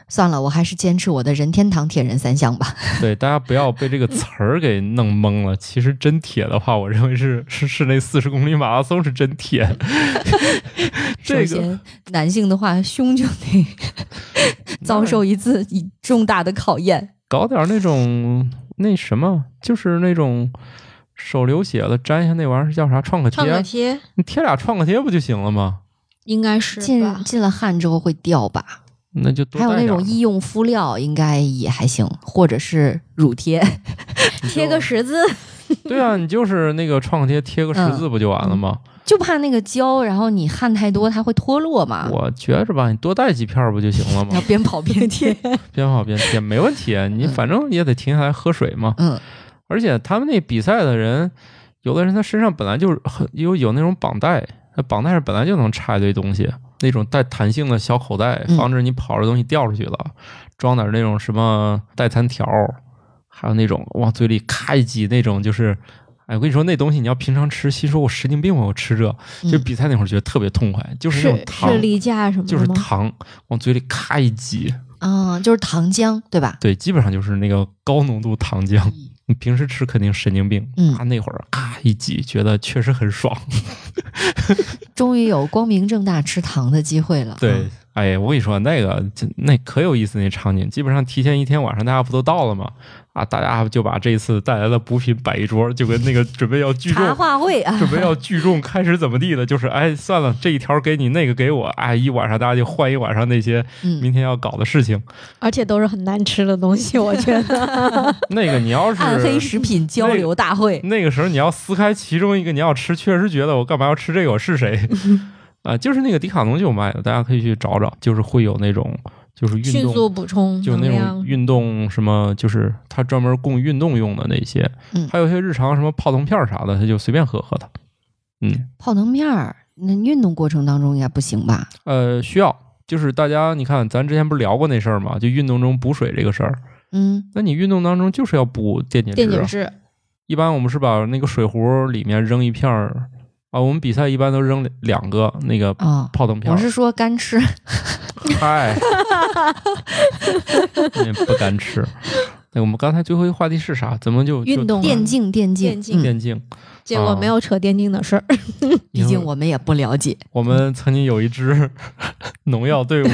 S3: 算了，我还是坚持我的任天堂铁人三项吧。
S1: 对，大家不要被这个词儿给弄懵了。其实真铁的话，我认为是是是那四十公里马拉松是真 铁。这
S3: 首
S1: 个
S3: 先，男性的话，胸 就得遭受一次一重大的考验。
S1: 搞点儿那种那什么，就是那种手流血了粘一下那玩意儿叫啥创可贴
S2: 创，可贴
S1: 你贴俩创可贴不就行了吗？
S2: 应该是吧
S3: 进？进了汗之后会掉吧？
S1: 那就多
S3: 还有
S1: 带
S3: 那
S1: 点儿
S3: 种
S1: 嘛
S3: 医用敷料应该也还行，或者是乳贴。
S1: 你
S2: 贴
S1: 就
S2: 个十字，
S1: 对啊，你就是那个创可贴贴个十字不就完了吗？
S3: 就怕那个胶，然后你汗太多，它会脱落嘛。
S1: 我觉着吧，你多带几片儿不就行了
S3: 要
S1: 吗？
S3: 边跑边贴。
S1: 边跑边贴没问题，啊你反正也得停下来喝水嘛。
S3: 嗯，
S1: 而且他们那比赛的人，有的人他身上本来就是很有有那种绑带，那绑带上本来就能插一堆东西，那种带弹性的小口袋，
S3: 嗯
S1: 防止你跑着东西掉出去了。装点那种什么代餐条，还有那种往嘴里咔一挤那种，就是哎，我跟你说，那东西你要平常吃，心说我神经病吧，我吃这。就
S3: 嗯
S1: 比赛那会儿觉得特别痛快，就是那种
S2: 是
S1: 糖
S2: 是，例假什么
S1: 就
S2: 的
S1: 是
S2: 吗？
S1: 糖往嘴里咔一挤，
S3: 嗯，就是糖浆，对吧？
S1: 对，基本上就是那个高浓度糖浆。你平时吃肯定神经病，
S3: 嗯
S1: 啊，那会儿咔一挤，觉得确实很爽。
S3: 终于有光明正大吃糖的机会了。
S1: 对， 哎呀，我跟你说，那个真那可有意思，那场景基本上提前一天晚上大家不都到了吗？啊，大家就把这次带来的补品摆一桌，就跟那个准备要聚众
S3: 茶话会啊，
S1: 准备要聚众开始怎么地的，就是哎，算了，这一条给你，那个给我，哎，一晚上大家就换一晚上那些
S3: 嗯，
S1: 明天要搞的事情。
S2: 而且都是很难吃的东西，我觉得。
S1: 那个你要
S3: 暗黑
S1: 是
S3: 食品交流大会，
S1: 那个时候你要撕开其中一个，你要吃，确实觉得我干嘛要吃这个，我是 谁？啊、就是那个迪卡侬就有卖的，大家可以去找找，就是会有那种就是运
S2: 迅
S1: 动
S2: 速补充
S1: 就
S2: 能
S1: 那种
S2: 量，
S1: 运动什么，就是它专门供运动用的那些，
S3: 嗯
S1: 还有一些日常什么泡腾片儿啥的，它就随便喝喝的。嗯，
S3: 泡腾片儿，那运动过程当中应该不行吧？
S1: 呃，需要就是大家你看，咱之前不是聊过那事儿吗？就运动中补水这个事儿，
S3: 嗯
S1: 那你运动当中就是要补电解质、啊，
S2: 电解质
S1: 一般我们是把那个水壶里面扔一片儿啊，我们比赛一般都扔两个那个
S3: 啊、
S1: 泡腾片
S3: 我
S1: 儿。
S3: 是说干吃，
S1: 嗨，你也不敢吃。那我们刚才最后一个话题是啥？怎么就就
S2: 运动啊
S3: 电竞电竞
S2: 电竞
S3: 嗯
S1: 嗯电竞？
S2: 结
S1: 啊
S2: 果没有扯电竞的事儿，
S3: 毕竟我们嗯也不了解。
S1: 我们曾经有一支 农药 队伍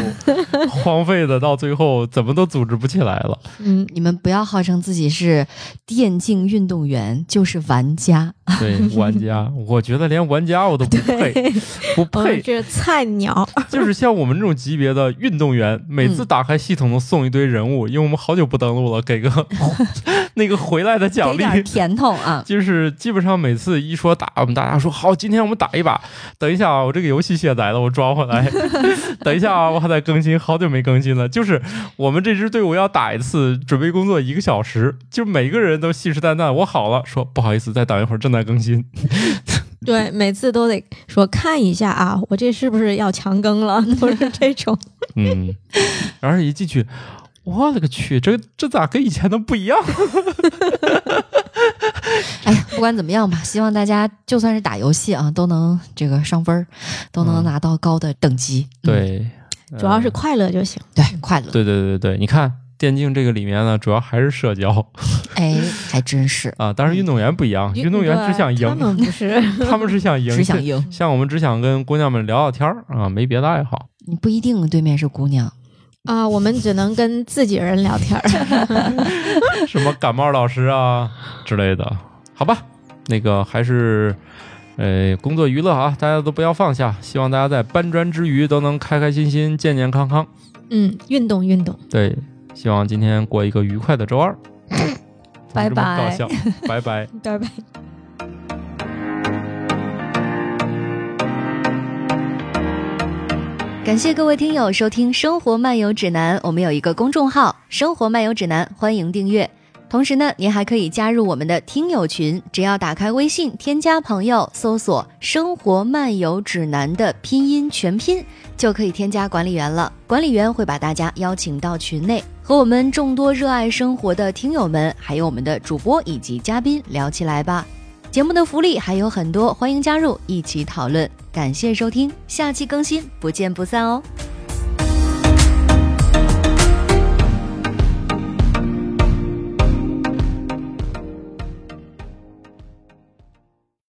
S1: 荒废的，到最后怎么都组织不起来了。
S2: 嗯，
S3: 你们不要号称自己是电竞运动员，就是玩家。
S1: 对，玩家，我觉得连玩家我都不配，
S2: 对，
S1: 不
S2: 我们
S1: 配。
S3: 嗯
S2: 是菜鸟，
S1: 就是像我们这种级别的运动员，每
S3: 嗯
S1: 次打开系统都送一堆人物，因为我们好久不登录了，给个 那个回来的奖
S3: 哦给
S1: 励。
S3: 点甜头啊！
S1: 就是基本上每次一说打，我们大家说好，今天我们打一把。等一下啊，我这个游戏卸载了，我装回 来。等一下啊，我还在更新，好久没更新了。就是我们这支队伍要打一次，准备工作一个小时，就每个人都信誓旦旦，我好了，说不好意思，再等一会儿，正在更新。嗯
S2: 对，每次都得说看一下啊，我这是不是要强更了？都是这种，
S1: 嗯，然后一进去，我勒个去，这这咋跟以前的不一样？啊
S3: 哎呀，不管怎么样吧，希望大家就算是打游戏啊，都能这个上分儿，都能
S1: 嗯
S3: 拿到高的等级。嗯，
S1: 对，呃
S2: 主要是快乐就行。
S3: 对，快乐。
S1: 对对对对，你看电竞这个里面呢，主要还是社交
S3: 哎，还真是，
S1: 啊。当然，运动员不一样，运动员只想
S2: 啊对他
S1: 赢，
S2: 们不 是
S1: 他们是想赢，
S3: 只想赢。
S1: 像我们只想跟姑娘们聊聊天儿啊，没别的爱好。
S3: 你不一定对面是姑娘，
S2: 啊，我们只能跟自己人聊天儿。
S1: 什么感冒老师啊之类的。好吧，那个还是。呃，工作娱乐啊，大家都不要放下。希望大家在搬砖之余都能开开心心、健健康康。
S2: 嗯，运动运动，
S1: 对，希望今天过一个愉快的周二。
S2: 拜
S1: 怎么这么搞
S2: 拜
S1: 笑，拜拜。
S2: 拜拜。
S4: 感谢各位听友收听《生活漫游指南》，我们有一个公众号《生活漫游指南》，欢迎订阅。同时呢，您还可以加入我们的听友群，只要打开微信添加朋友，搜索“生活漫游指南”的拼音全拼，就可以添加管理员了。管理员会把大家邀请到群内，和我们众多热爱生活的听友们，还有我们的主播以及嘉宾聊起来吧。节目的福利还有很多，欢迎加入一起讨论。感谢收听，下期更新，不见不散哦。